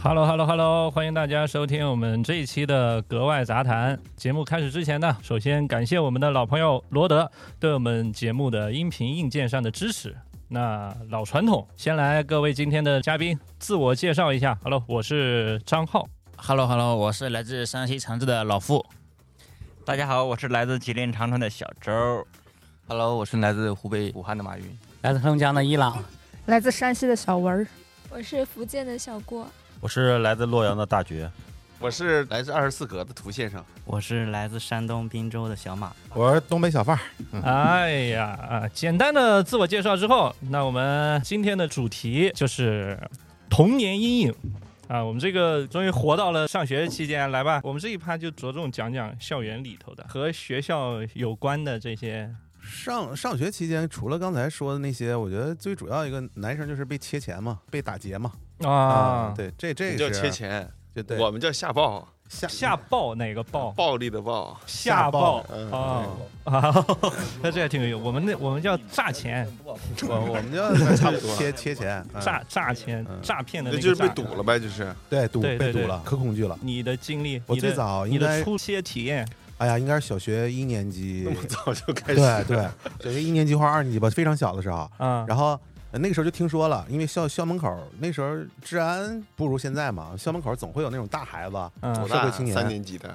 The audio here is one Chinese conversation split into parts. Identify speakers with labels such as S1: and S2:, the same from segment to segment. S1: Hello Hello Hello，欢迎大家收听我们这一期的格外杂谈。节目开始之前呢，首先感谢我们的老朋友罗德对我们节目的音频硬件上的支持。那老传统，先来各位今天的嘉宾自我介绍一下。Hello，我是张浩。
S2: Hello Hello，我是来自山西长治的老傅。
S3: 大家好，我是来自吉林长春的小周。
S4: Hello，我是来自湖北武汉的马云。
S5: 来自黑龙江的伊朗，
S6: 来自山西的小文儿，
S7: 我是福建的小郭，
S8: 我是来自洛阳的大觉，
S4: 我是来自二十四格的涂先生。
S9: 我是来自山东滨州的小马。
S8: 我是东北小贩儿。嗯
S10: 嗯
S1: 哎呀啊！简单的自我介绍之后，那我们今天的主题就是童年阴影啊。我们这个终于活到了上学期间，来吧，我们这一趴就着重讲讲校园里头的和学校有关的这些。
S10: 上上学期间，除了刚才说的那些，我觉得最主要一个男生就是被切钱嘛，被打劫嘛。
S1: 啊，
S10: 对，这这个
S4: 叫
S10: 是
S4: 切，钱，
S10: 就对
S4: 我们叫下暴，
S10: 下
S1: 下暴哪个暴？
S4: 暴力的暴。
S1: 下暴
S10: 暴嗯
S1: 啊啊！那这也挺有意思。我们那我们叫 诈钱，
S10: 我我
S4: 嗯
S10: 们叫
S4: 差不多
S10: 切切钱，嗯
S1: 诈诈钱，
S10: 嗯
S1: 诈骗的
S4: 那
S1: 那
S4: 就
S1: 个
S4: 是被
S1: 诈。
S4: 堵了呗，就是
S10: 对堵
S1: 对对
S10: 被堵
S1: 对
S10: 了，可恐惧了。
S1: 你的经历，
S10: 我
S1: 你的
S10: 最早
S1: 你
S10: 应
S1: 的
S10: 该，
S1: 初些体 验，
S10: 哎呀，应该是小学一年级
S4: 那，么早就开始。
S10: 对对，小学一年级或者二年级吧，非常小的时候。
S1: 啊
S10: 然后呃那个时候就听说了，因为校校门口那时候治安不如现在嘛，校门口总会有那种大孩子，
S1: 嗯
S4: 多
S10: 社
S4: 大
S10: 会青年
S4: 三年级的，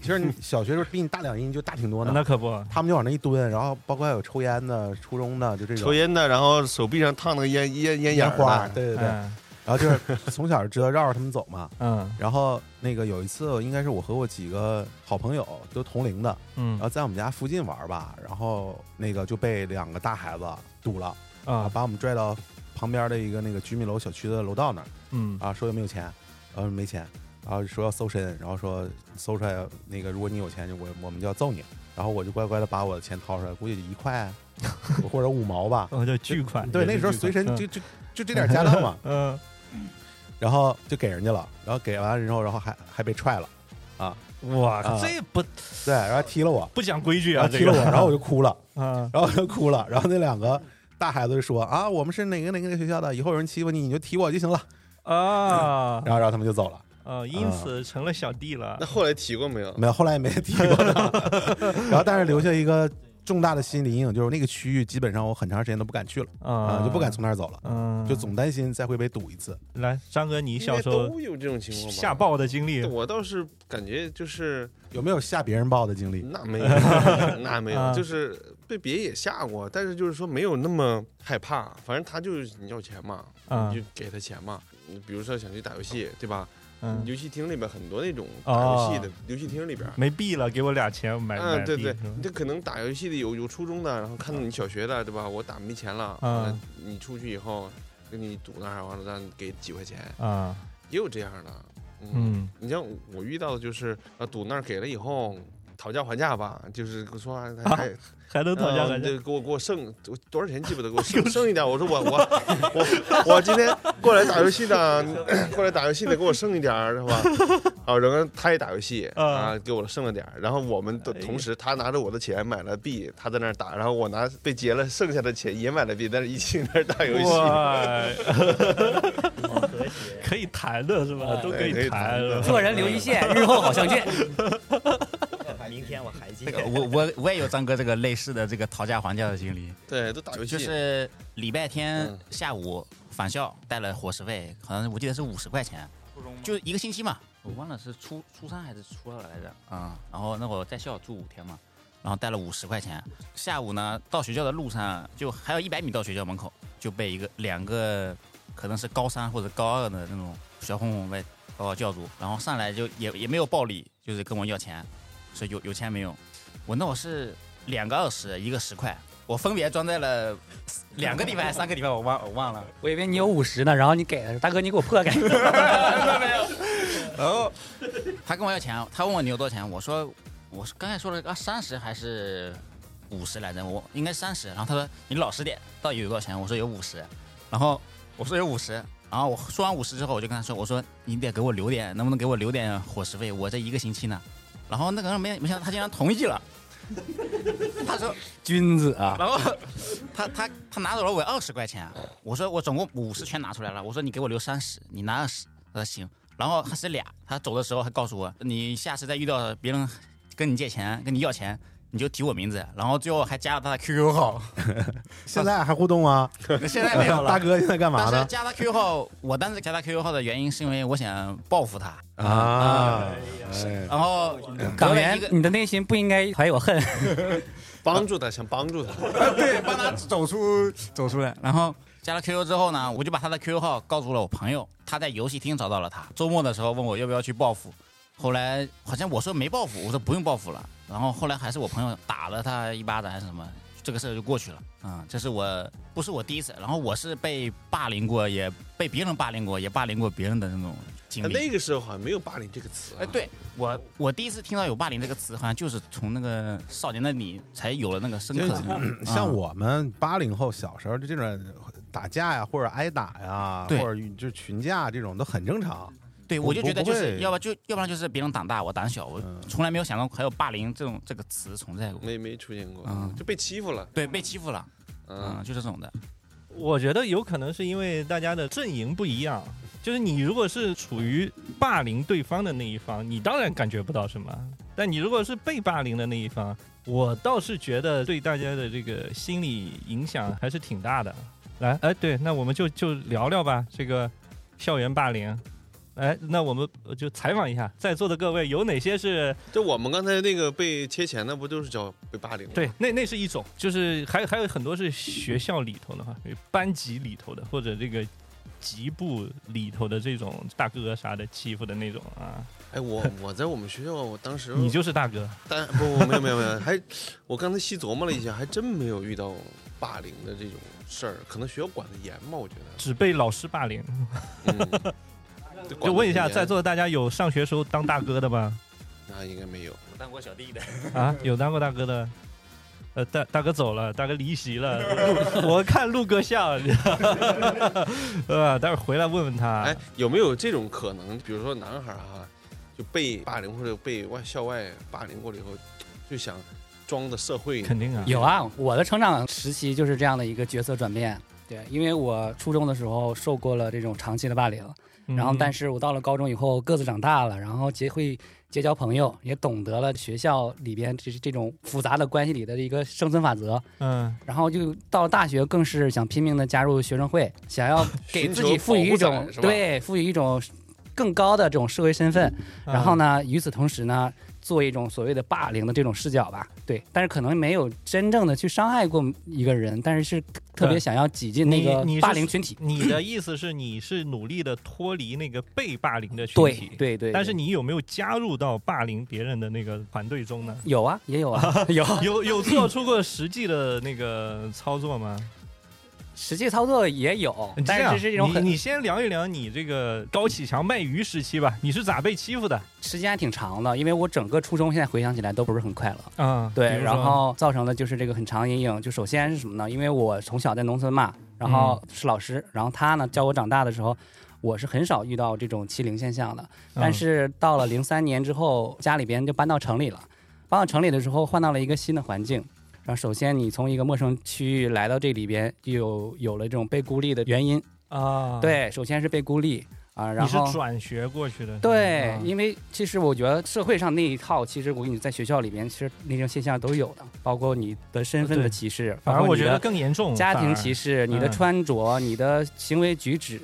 S10: 其 实你小学时候比你大两音就大挺多呢。
S1: 那可不，
S10: 他们就往那一蹲，然后包括还有抽烟的、初中的，就这种
S4: 抽烟的，然后手臂上烫那个烟烟烟眼
S10: 烟
S4: 儿
S10: 花，
S4: 的
S10: 对对对。
S1: 嗯
S10: 然后就是 从小知道绕着他们走嘛。
S1: 嗯
S10: 然后那个有一次，应该是我和我几个好朋友都同龄的，然
S1: 嗯
S10: 后在我们家附近玩吧，然后那个就被两个大孩子堵了，啊，
S1: 啊
S10: 把我们拽到旁边的一个那个居民楼小区的楼道那儿
S1: 嗯
S10: 啊，说有没有钱，呃没钱，然后说要搜身，然后说搜出来那个如果你有钱就我我们就要揍你，然后我就乖乖的把我的钱掏出来，估计就一 块啊或者五毛吧，
S1: 哦我就巨款，
S10: 对，那时候随身就就就这点家当嘛，
S1: 嗯
S10: 然后就给人家了，然后给完了之后，然后还还被踹了，
S1: 嗯，哇
S10: 啊，
S1: 这不
S10: 对，然后还踢了我，
S1: 不讲规矩
S10: 然
S1: 啊，
S10: 后
S1: 这
S10: 踢
S1: 个
S10: 了我，然后我就哭 了。
S1: 啊
S10: 然后就哭了。然后那两个大孩子就说啊，我们是哪个哪个哪个学校的，以后有人欺负你，你就提我就行了。嗯
S1: 啊
S10: 然后，然后他们就走了，
S1: 呃，因此成了小弟了
S4: 那，后来提过没有？
S10: 没有，后来也没提过 了。然后但是留下一个重大的心理阴影，就是那个区域基本上我很长时间都不敢去了啊、
S1: 啊，
S10: 就不敢从那儿走了，
S1: 嗯，
S10: 就总担心再会被堵一次。
S1: 来，张哥，你
S4: 你
S1: 小时候
S4: 都有这种情况吧？
S1: 下暴的经历
S4: 对。我倒是感觉 就是
S10: 有没有吓别人抱的经历？
S4: 那没有，那没有，
S1: 啊
S4: 就是被别人也吓过，但是就是说没有那么害怕。反正他就是你要钱嘛，
S1: 啊
S4: 你就给他钱嘛。你比如说想去打游戏，对吧？
S1: 嗯，哦
S4: 游戏厅里边很多那种打游戏的，游戏厅里边。
S1: 没币了，给我俩钱，我买买
S4: 嗯，对
S1: 币
S4: 对
S1: 是吧，
S4: 这可能打游戏的有有初中的，然后看到你小学的，
S1: 啊
S4: 对吧？我打没钱了，
S1: 嗯
S4: 完了你出去以后给你堵那儿，完了让你给几块钱，
S1: 啊，
S4: 也有这样的。嗯，
S1: 嗯
S4: 你像我遇到的就是啊，堵那儿给了以后讨价还价吧，就是说还
S1: 啊
S4: 还
S1: 还能讨价
S4: 嗯
S1: 还价
S4: 对给我给我剩我多少钱记不 得，给我剩剩一点。我说我我我我今天过来打游戏的， 过来打游戏的，给我剩一点儿是吧？啊，然后他也打游戏
S1: 啊
S4: 啊，给我剩了点儿。然后我们都
S1: 哎呀
S4: 同时，他拿着我的钱买了币，他在那儿打，然后我拿被劫了剩下的钱也买了币，但是一起在那儿打游戏。
S1: 哇，可以谈的是 吧？都
S4: 对
S1: 可
S4: 哎可
S1: 以
S2: 哎
S4: 以
S1: 谈
S4: 谈的
S1: 是吧
S5: 做人留 一 线，日后好相见。
S9: 明天我还进
S2: 这
S9: 去
S2: 个我我我也有张哥这个类似的这个讨价还价的经历，
S4: 对，都打游
S2: 就
S4: 戏。
S2: 是礼拜天
S4: 嗯
S2: 下午返校带了伙食费，好像我记得是五十块钱，就一个星期嘛，我忘了是初初三还是初二来着啊、然后那会儿在校住五天嘛，然后带了五十块钱，下午呢到学校的路上就还有一百米到学校门口，就被一个两个可能是高三或者高二的那种小混混呗，高教主，然后上来就也也没有暴力，就是跟我要钱，说有有钱没有？我那我是两个二十，一个十块，我分别装在了两个地方还是三个地方，我忘我忘了。
S5: 我以为你有五十呢，然后你给了，大哥你给我破开。
S2: 然后 他跟我要钱，他问我你有多少钱，我说我是刚才说了啊三十还是五十来着，我应该三十。然后他说你老实点，到底有多少钱？我说有五十，然后我说有五十。然后我说完五十之后，我就跟他说：“我说你得给我留点，能不能给我留点伙食费？我这一个星期呢。”然后那个人没没想到他竟然同意了， 他说
S5: 君子啊，
S2: 然后他他他拿走了我啊
S10: 嗯
S2: 二十块钱，我说我总共五十全拿出来了，我说你给我留三十，你拿二十，他说行，然后还是俩，他走的时候还告诉我，你下次再遇到别人跟你借钱、跟你要钱，你就提我名字，然后最后还加了他的 QQ 号，
S10: 现在还互动啊？
S2: 现在没有了。
S10: 大哥现在干嘛
S2: 当时
S10: 呢？
S2: 加他 QQ 号，我当时加他 QQ 号的原因是因为我想报复他，
S10: 啊，哎
S2: 然后隔
S5: 党
S2: 了
S5: 员
S2: 一个，
S5: 你的内心不应该怀有恨。
S4: 帮助他，想帮助他，
S2: 对，帮他走出走出来。然后加了 QQ 之后呢，我就把他的 QQ 号告诉了我朋友，他在游戏厅找到了他。周末的时候问我要不要去报复，后来好像我说没报复，我说不用报复了。然后后来还是我朋友打了他一巴掌还是什么，这个事儿就过去了。啊、这是我不是我第一次，然后我是被霸凌过，也被别人霸凌过，也霸凌过别人的那种经
S4: 但
S2: 历。
S4: 那个时候好像没有“霸凌”这个词啊
S2: 哎，，对我，我第一次听到有霸凌这个词，好像就是从那个少年的你才有了那个深刻的那种。
S10: 像
S2: 嗯
S10: 我们八零后小时候就这种打架呀，或者挨打呀，或
S2: 对
S10: 者就是群架这种都很正常。
S2: 对，
S10: 不
S2: 我就觉得就
S10: 不
S2: 是
S10: 会
S2: 要不就要不然就是别人胆大我胆小，我
S10: 嗯
S2: 从来没有想到还有霸凌这种这个词存在过。
S4: 没没出现过
S2: 嗯，
S4: 就被欺负了，
S2: 对，被欺负了，
S4: 嗯
S2: 嗯，，就这种的。
S1: 我觉得有可能是因为大家的阵营不一样，就是你如果是处于霸凌对方的那一方，你当然感觉不到什么；但你如果是被霸凌的那一方，我倒是觉得对大家的这个心理影响还是挺大的。来，哎，对，那我们就就聊聊吧，这个校园霸凌。哎，那我们呃就采访一下在座的各位，有哪些是
S4: 就我们刚才那个被切钱的，不就是叫被霸凌吗？
S1: 对，那那是一种，就是还有还有很多是学校里头的哈，班级里头的，或者这个级部里头的这种大哥啊啥的欺负的那种啊，
S4: 哎， 我我在我们学校，我当时
S1: 你就是大哥，
S4: 但不不没有没有没有，还我刚才细琢磨了一下，还真没有遇到霸凌的这种事儿，可能学校管的严吧，我觉得。
S1: 只被老师霸凌。
S4: 嗯，就管
S1: 就
S4: 得
S1: 问一下
S4: 很严
S1: 在座的大家有上学时候当大哥的吗？
S4: 那应该没有，
S2: 我当过小弟的，
S1: 啊，有当过大哥的。呃，大大哥走了，大哥离席了， 我看陆哥像，你知 道吗呃，待会儿回来问问他。
S4: 哎，有没有这种可能？比如说男孩儿哈、就被霸凌或者被外校外霸凌过了以后，就想装的社会
S1: 肯定啊，
S5: 有啊，我的成长时期就是这样的一个角色转变。对，
S4: 啊
S5: 因为我初中的时候受过了这种长期的霸凌，
S1: 嗯，
S5: 然后但
S1: 是
S5: 是我到了高中以后个子长大了，然后结会结交朋友，也懂得了学校里边这这种复杂的关系里的一个生存法则，
S1: 嗯，
S5: 然后就到了大学更是想拼命的加入学生会，想 要给自己赋予一
S4: 寻求保护
S5: 种
S4: 伞是吧
S5: 对赋予一种更高的这种社会身份，
S4: 嗯
S5: 然后
S1: 呢？
S5: 呢，与此同时呢，做一种所谓的霸凌的这种视角吧，对，但是可能没有真正的去伤害过一个人，但是是特别想要挤进那个
S1: 嗯你你是
S5: 霸凌群体，
S1: 你的意思是你是努力的脱离那个被霸凌的群
S5: 对
S1: 体，
S5: 对对，
S1: 但是
S5: 对
S1: 你有没有加入到霸凌别人的那个团队中呢？
S5: 有啊，也有 啊，有
S1: 有有做出过实际的那个操作吗？嗯
S5: 实际操作也有
S1: 你，这
S5: 但
S1: 样
S5: 是是这种
S1: 你
S5: 很
S1: 你先聊一聊你这个高启强卖鱼时期吧，你是咋被欺负的
S5: 时间还挺长的，因为我整个初中现在回想起来都不是很快乐。
S1: 啊？比
S5: 对，
S1: 如
S5: 然
S1: 说
S5: 后造成的就是这个很长的阴影。就首先是什么呢？因为我从小在农村嘛，然后
S1: 嗯
S5: 是老师，然后他呢教我长大的时候，我是很少遇到这种欺凌现象的。
S1: 嗯
S5: 但是到了零三年之后，家里边就搬到城里了。搬到城里的时候，换到了一个新的环境。然后，首先你从一个陌生区域来到这里边，就有有了这种被孤立的原因。
S1: 啊，，
S5: 对，首先是被孤立啊，然
S1: 你是
S5: 后
S1: 转学过去的，
S5: 对
S1: 啊，
S5: 因为其实我觉得社会上那一套，其实我跟你在学校里边，其实那种现象都有的，包括你的身份
S1: 对
S5: 的歧视，
S1: 反正
S5: 包括
S1: 我
S5: 你
S1: 觉
S5: 的
S1: 得更严重，
S5: 家庭
S1: 歧
S5: 歧
S1: 视。
S5: 视、你的
S1: 嗯
S5: 穿着、你的行为举止，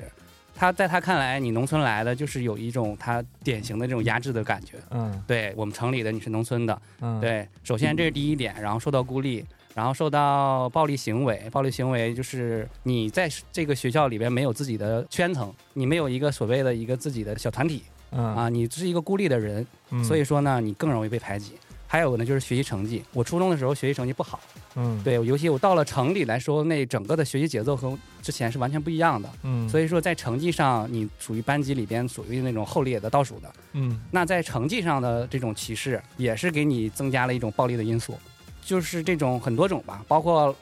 S5: 他在他看来，你农村来的就是有一种他典型的这种压制的感觉。
S1: 嗯
S5: 对我们城里的你是农村的，
S1: 嗯，，
S5: 对，首先这是第一点，然后受到孤立，然后受到暴力行为，暴力行为就是你在这个学校里边没有自己的圈层，你没有一个所谓的一个自己的小团体。
S1: 嗯
S5: 啊，你是一个孤立的人，
S1: 嗯
S5: 所以说呢，你更容易被排挤。还有呢，就是学习成绩。我初中的时候学习成绩不好，
S1: 嗯
S5: 对，尤其我到了城里来说，那整个的学习节奏和之前是完全不一样的。
S1: 嗯，
S5: 所
S1: 以
S5: 以说，在成绩上，你属于班级里边属于那种后列的倒数的。
S1: 嗯
S5: 那在成绩上的这种歧视，也是给你增加了一种暴力的因素，就是这种很多种吧，包括。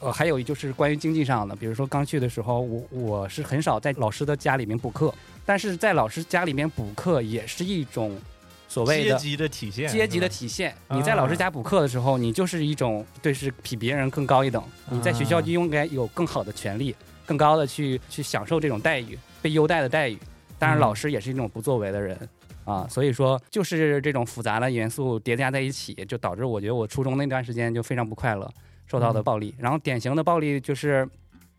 S5: 呃，还有就是关于经济上的，比如说刚去的时候，我我是很少在老师的家里面补课，但是在老师家里面补课也是一种所谓
S1: 阶
S5: 的
S1: 级的体现，
S5: 阶级的
S1: 是吧
S5: 体现。
S1: 吧
S5: 你在老师家补课的时候，你就是一种对是比别人更高一等，你在学
S1: 啊
S5: 校就应该有更好的权利，更高的去去享受这种待遇，被优待的待遇。当然
S1: 嗯
S5: 老师也是一种不作为的人。啊，所以说就是这种复杂的元素叠加在一起，就导致我觉得我初中那段时间就非常不快乐，受
S1: 嗯
S5: 到的暴力。然后典型的暴力就是，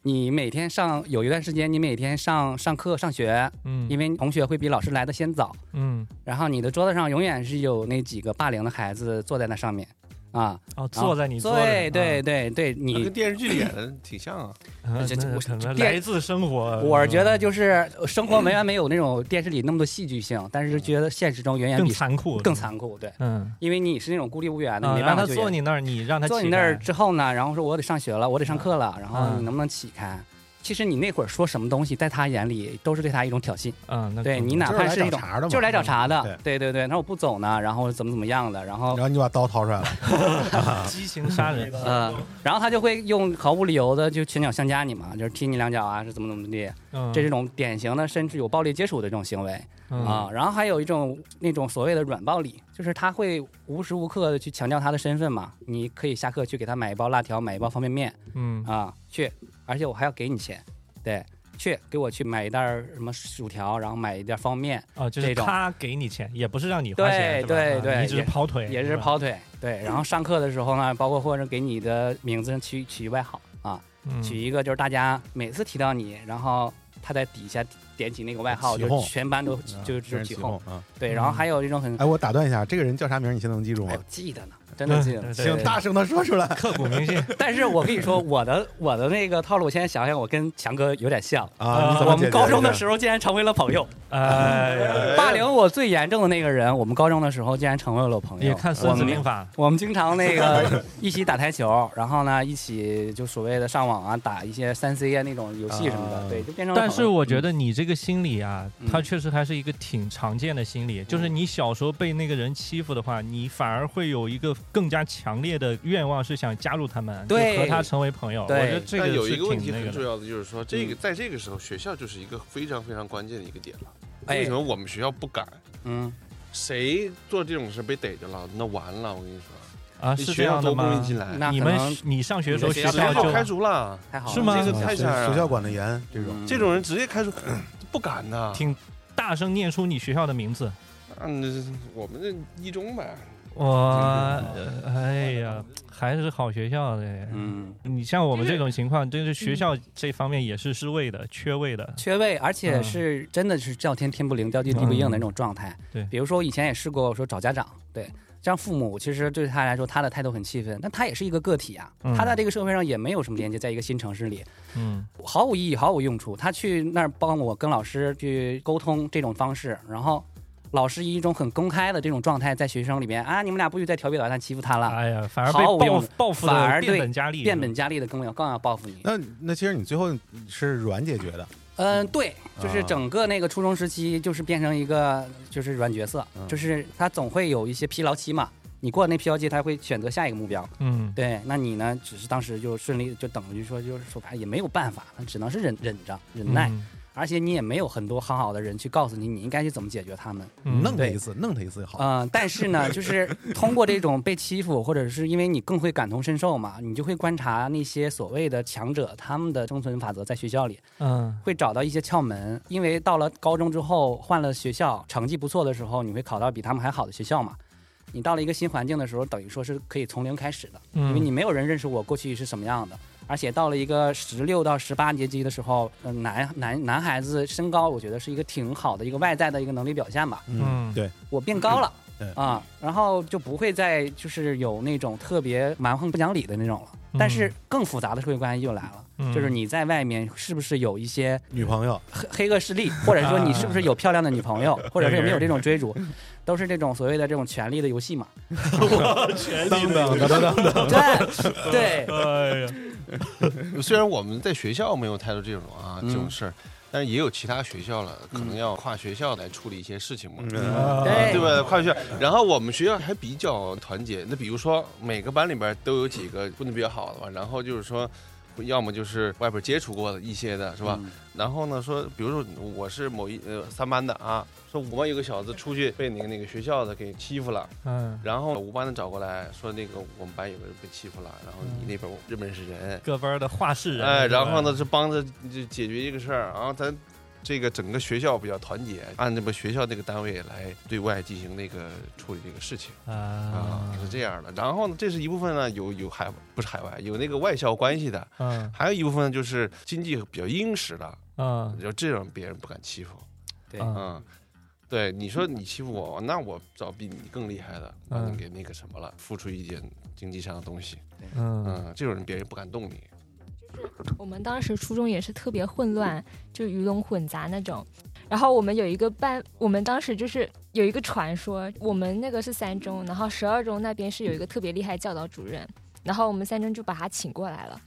S5: 你每天上有一段时间，你每天上上课上学，
S1: 嗯
S5: 因为同学会比老师来的先早，
S1: 嗯，
S5: 然后你的桌子上永远是有那几个霸凌的孩子坐在那上面啊，
S1: 哦，坐在你桌子上
S5: 对对，对对，
S4: 那
S5: 你
S4: 跟电视剧里演的挺像啊。
S1: 啊
S5: 这
S1: 那
S5: 我
S1: 可能
S5: 这
S1: 来自生活。嗯
S5: 我觉得就是是生活远远没有那种电视里那么多戏剧性，但是觉得现实中远远
S1: 更
S5: 比
S1: 残酷，
S5: 更。残酷，对，
S1: 嗯，
S5: 因为你是那种孤立无援的，
S1: 啊
S5: 没
S1: 让
S5: 办
S1: 他
S5: 法救
S1: 坐
S5: 援。
S1: 你那儿，你让他
S5: 坐你
S1: 起
S5: 那儿
S1: 来
S5: 之后呢，然后说我得上学了，我得上课了，然后
S1: 嗯
S5: 你能不能起开？其实你那会儿说什么东西，在他眼里都是对他一种挑衅。
S1: 嗯，那
S5: 对
S1: 可
S5: 你
S1: 能
S5: 哪怕是一
S10: 找
S5: 种
S10: 茬儿的嘛，
S5: 就是来找茬的
S10: 嗯，
S5: 对对对。那我不走呢，然后怎么怎么样的，然后
S10: 然后你就把刀掏出来 了，
S1: 激情杀人，
S5: 呃，然后他就会用毫无理由的就拳脚相加你嘛，就是踢你两脚啊，是怎么怎么地，
S1: 嗯，
S5: 这是一种典型的甚至有暴力接触的这种行为
S1: 嗯
S5: 啊。然后还有一种那种所谓的软暴力，就是他会无时无刻的去强调他的身份嘛，你可以下课去给他买一包辣条，买一包方便面。
S1: 嗯
S5: 啊，去，而且我还要给你钱，对，去给我去买一袋儿什么薯条，然后买一袋儿方便面，
S1: 哦，就是
S5: 这种
S1: 他给你钱，也不是让你花
S5: 对
S1: 钱，是吧
S5: 对
S1: 啊
S5: 对
S1: 你只是
S5: 也
S1: 跑腿，
S5: 也
S1: 是
S5: 是
S1: 吧，
S5: 跑腿，对， 然后上课的时候呢，包括或者给你的名字上取取一外号啊，
S1: 嗯
S5: 取一个就是大家每次提到你，然后他在底下点起那个外号，
S10: 起
S5: 就
S10: 哄
S5: 是全班都
S10: 啊
S5: 就
S10: 真
S5: 就是起
S10: 起
S5: 哄
S10: 哄，啊！
S5: 对，
S1: 嗯
S5: 然后还有这种很，
S10: 哎，我打断一下，这个人叫啥名儿？你现在能记住吗
S5: 哎呦，？记得呢，真的记得呢，
S1: 嗯对
S10: 请
S5: 哎对
S10: 大声的说出来
S1: 刻骨铭心，
S5: 但是我跟你说，我的我的那个套路，我现在想想，我跟强哥有点像。
S10: 啊！你怎
S5: 我
S10: 么解
S5: 们
S10: 决
S5: 高中的
S10: 这个
S5: 时候竟然成为了朋友，
S1: 哎呀，
S5: 霸凌我最严重的那个人，我们高中的时候竟然成为了朋
S1: 你
S5: 友。
S1: 看《
S5: 我
S1: 孙子兵
S5: 们
S1: 法
S5: 我们经常那个一起打台球，然后呢一起就所谓的上网啊，打一些三 C 啊那种游戏什么的，
S10: 啊
S5: 对，就变》，成了朋友。
S1: 但是我觉得嗯你这个心理啊，
S5: 嗯
S1: 它确实还是一个挺常见的心理，就是你小时候被那个人欺负的话，你反而会有一个更加强烈的愿望，是想加入他们，就
S5: 对
S1: 和他成为朋友。我
S5: 对
S1: 觉得这个
S4: 但有
S1: 是
S4: 一个问题
S1: 挺那
S4: 很
S1: 个
S4: 重
S1: 的。
S4: 要的就是说，这个
S5: 嗯
S4: 在这个时候，学校就是一个非常非常关键的一个点了。
S5: 哎
S4: 为什么我们学校不敢？
S5: 嗯，
S4: 谁做这种事被逮着了，那完了！我跟你说，
S1: 啊，
S4: 你
S1: 是这
S4: 学校
S1: 样的
S4: 都不允
S1: 吗
S4: 许？来，
S5: 那
S1: 你
S5: 可
S1: 们
S5: 能
S1: 你上学的时候
S5: 你
S1: 学
S5: 的学
S1: 校
S5: 校
S4: 学校
S1: 就
S4: 开除了，
S5: 太好了，
S1: 是吗嗯
S4: 这个
S10: 啊
S4: 太
S10: 学
S4: 吓人了
S10: 学校管得严，这种
S4: 这种人直接开除， 不敢呐。
S1: 挺大声念出你学校的名字。
S4: 嗯，这我们这一中呗，
S1: 我哎呀，还是好学校的。
S5: 嗯
S1: 你像我们这种情况，就是学校这方面也是失位的、缺位的。
S5: 缺位，而且是真的是叫天天不灵，叫地地不应的那种状态。
S1: 对
S5: 比如说我以前也试过说找家长，对，这样父母其实对他来说他的态度很气愤，但他也是一个个体啊，
S1: 嗯
S5: 他在这个社会上也没有什么连接，在一个新城市里
S1: 嗯
S5: 毫无意义、毫无用处。他去那儿帮我跟老师去沟通这种方式，然后老师以一种很公开的这种状态在学生里边啊，你们俩不许再调皮捣蛋欺负他了，
S1: 哎呀，反而被
S5: 毫无
S1: 报
S5: 用
S1: 复报复
S5: 反
S1: 的
S5: 而
S1: 变
S5: 对
S1: 本加厉，嗯
S5: 变本加厉的更要更要报复你。
S10: 那那其实你最后是软解决的，
S5: 嗯，对，就是
S10: 啊
S5: 整个那个初中时期，就是变成一个就是软角色，
S10: 嗯
S5: 就是他总会有一些疲劳期嘛。你过了那疲劳期，他会选择下一个目标。
S1: 嗯，
S5: 对，那你呢？只是当时就顺利，就等于说，就是说哎白了也没有办法，只能是忍忍着忍耐，
S1: 嗯
S5: 而且你也没有很多很好的人去告诉你你应该去怎么解决他们。
S1: 嗯
S10: 弄他
S5: 对
S10: 一次，弄他一次好。
S5: 嗯、但是呢，就是通过这种被欺负，或者是因为你更会感同身受嘛，你就会观察那些所谓的强者他们的生存法则在学校里。
S1: 嗯
S5: 会找到一些窍门，因为到了高中之后换了学校，成绩不错的时候，你会考到比他们还好的学校嘛。你到了一个新环境的时候，等于说是可以从零开始的，因为
S1: 嗯
S5: 你没有人认识我过去是什么样的。而且到了一个十六到十八年级的时候，呃、男男男孩子身高，我觉得是一个挺好的一个外在的一个能力表现吧。
S1: 嗯
S10: 对，
S5: 我变高了
S10: 对
S5: 啊，然后就不会再就是有那种特别蛮横不讲理的那种了。
S1: 嗯
S5: 但是更复杂的社会关系又来了，
S1: 嗯
S5: 就是你在外面是不是有一些
S10: 女朋友
S5: 黑黑恶势力，或者说你是不是有漂亮的女朋友，或者是有没有这种追逐，都是这种所谓的这种权力的游戏嘛。
S10: 等等等等等，
S5: 对 对，
S1: 哎呀，
S4: 虽然我们在学校没有太多这种啊
S5: 嗯
S4: 这种事儿，但是也有其他学校了，可能
S5: 嗯
S4: 要跨学校来处理一些事情嘛，啊
S10: 嗯
S5: 对
S4: 对吧？跨学校，然后我们学校还比较团结。那比如说每个班里边都有几个混的比较好的吧，然后就是说。要么就是外边接触过的一些的，是
S5: 是
S4: 吧？？然后呢，说，比如说我是某一呃三班的啊，说我们有个小子出去被那个那个学校的给欺负了，
S1: 嗯，
S4: 然后五班的找过来说，那个我们班有个人被欺负了，然后你那边认不认识人？
S1: 各班的画室，
S4: 哎，然后呢，是帮着就解决这个事儿，然后咱这个整个学校比较团结，按这么学校这个单位来对外进行那个处理这个事情啊
S1: 啊，，
S4: 是这样的。然后呢，这是一部分呢，有有海不是海外，有那个外校关系的，
S1: 嗯
S4: 还有一部分就是经济比较殷实的，
S1: 啊
S4: 就这让别人不敢欺负。
S5: 对
S1: 啊
S4: 嗯，对，你说你欺负我，那我找比你更厉害的，把
S1: 嗯
S4: 你给那个什么了，付出一点经济上的东西。
S1: 嗯
S4: 嗯，这种人别人不敢动你。
S7: 我们当时初中也是特别混乱，就鱼龙混杂那种。然后我们有一个班，我们当时就是有一个传说，我们那个是三中，然后十二中那边是有一个特别厉害教导主任，然后我们三中就把他请过来了。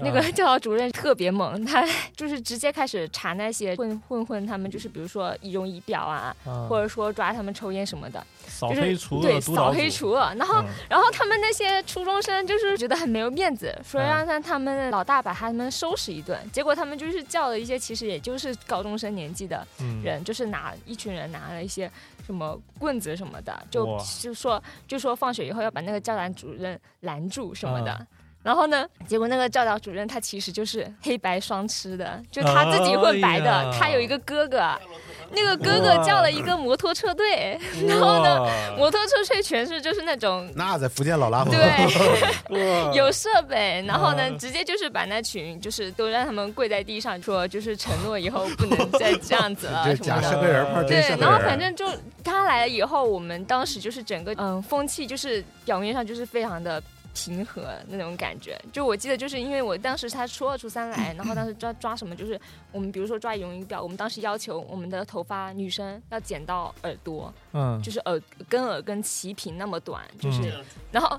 S7: 那个
S1: 啊
S7: 教导主任特别猛，他 就是直接开始查那些混混混他们，就是比如说仪容仪表啊，
S1: 啊
S7: 或者说抓他们抽烟什么的，
S1: 扫
S7: 就是
S1: 黑除恶
S7: 对
S1: 督导
S7: 扫
S1: 组
S7: 黑除恶。然后
S1: 嗯
S7: 然后他们那些初中生就是觉得很没有面子，说
S1: 嗯
S7: 让让他们老大把他们收拾一顿。结果他们就是叫了一些其实也就是高中生年纪的
S1: 嗯
S7: 人，就是拿一群人拿了一些什么棍子什么的，就
S1: 哇
S7: 就说就说放学以后要把那个教导主任拦住什么的。
S1: 嗯
S7: 然后呢？结果那个教导主任他其实就是黑白双吃的，就他自己混白的。
S1: 哎呀
S7: 他有一个哥哥，那个哥哥叫了一个摩托车队， 然后呢，
S1: 呢
S7: 摩托车队全是就是那种
S10: 那在福建老拉风，
S7: 对， 有设备，然后呢
S10: 嗯
S1: 啊，
S7: 直接就是把那群就是都让他们跪在地上，说就是承诺以后不能再这样子了
S10: 这
S7: 什么
S10: 假
S7: 的。
S10: 社会人碰真
S7: 对
S10: 社，会
S7: 然后
S10: 人，
S7: 反正就他来了以后，我们当时就是整个嗯风气就是表面上就是非常的。平和那种感觉，就我记得，就是因为我当时他初二、初三 来，然后当时抓抓什么，就是我们比如说抓游泳仪表，我们当时要求我们的头发女生要剪到耳朵，
S1: 嗯
S7: 就是耳跟耳根齐平那么短，就是，
S1: 嗯
S7: 然后。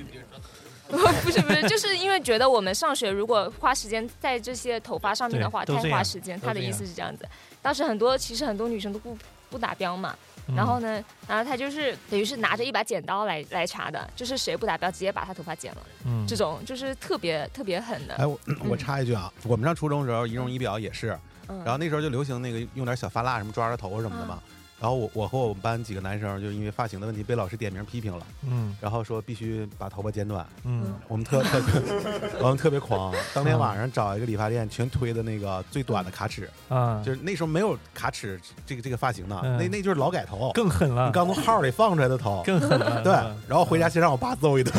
S7: 不是不是，就是因为觉得我们上学如果花时间在这些头发上面的话，
S1: 对
S7: 太
S1: 都这样
S7: 花时间。
S1: 都
S7: 他的
S1: 这
S7: 意
S1: 样
S7: 思是这样子。当时很多其实很多女生都不不达标嘛，
S1: 嗯
S7: 然后呢，然后他就是等于是拿着一把剪刀来来查的，就是谁不达标直接把他头发剪了，
S1: 嗯
S7: 这种就是特别特别狠的。
S10: 哎，我我插一句啊，我们上初中的时候仪容仪表也是，
S7: 嗯，
S10: 然后那时候就流行那个用点小发蜡什么抓抓头什么的嘛。然后我我和我们班几个男生就因为发型的问题被老师点名批评了，
S1: 嗯
S10: 然后说必须把头发剪短。
S1: 嗯
S10: 我们特特别我们特别 狂，当天晚上找一个理发店全推的那个最短的卡尺，
S1: 啊，
S10: 就是那时候没有卡尺这个这个发型呢，
S1: 嗯
S10: 那那就是老改头，
S1: 更狠了，
S10: 你刚从号里放出来的头。
S1: 更狠了，嗯
S10: 对，然后回家先让我爸揍一 顿，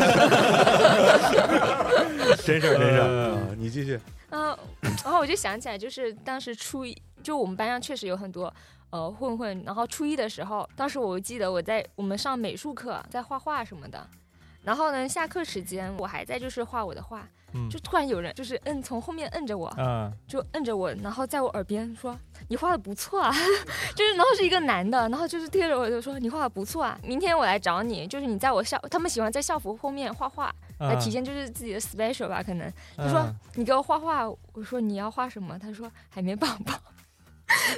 S10: 真事儿真事儿。嗯你继续，
S7: 嗯，然后我就想起来，就是当时初一，就我们班上确实有很多呃混混。然后初一的时候，当时我记得我在我们上美术课，在画画什么的。然后呢，下课时间我还在就是画我的画，
S1: 嗯
S7: 就突然有人就是摁从后面摁着我，
S1: 啊
S10: 嗯
S7: 就摁着我，然后在我耳边说：“你画的不错啊。” 就是然后是一个男的，然后就是贴着我就说：“你画的不错啊，明天我来找你。”就是你在我校，他们喜欢在校服后面画画，呃
S10: 嗯
S1: 啊，
S7: 来体现就是自己的 special 吧，可能。他说
S1: 啊
S7: 你给我画画，我说你要画什么？他说海绵宝 宝。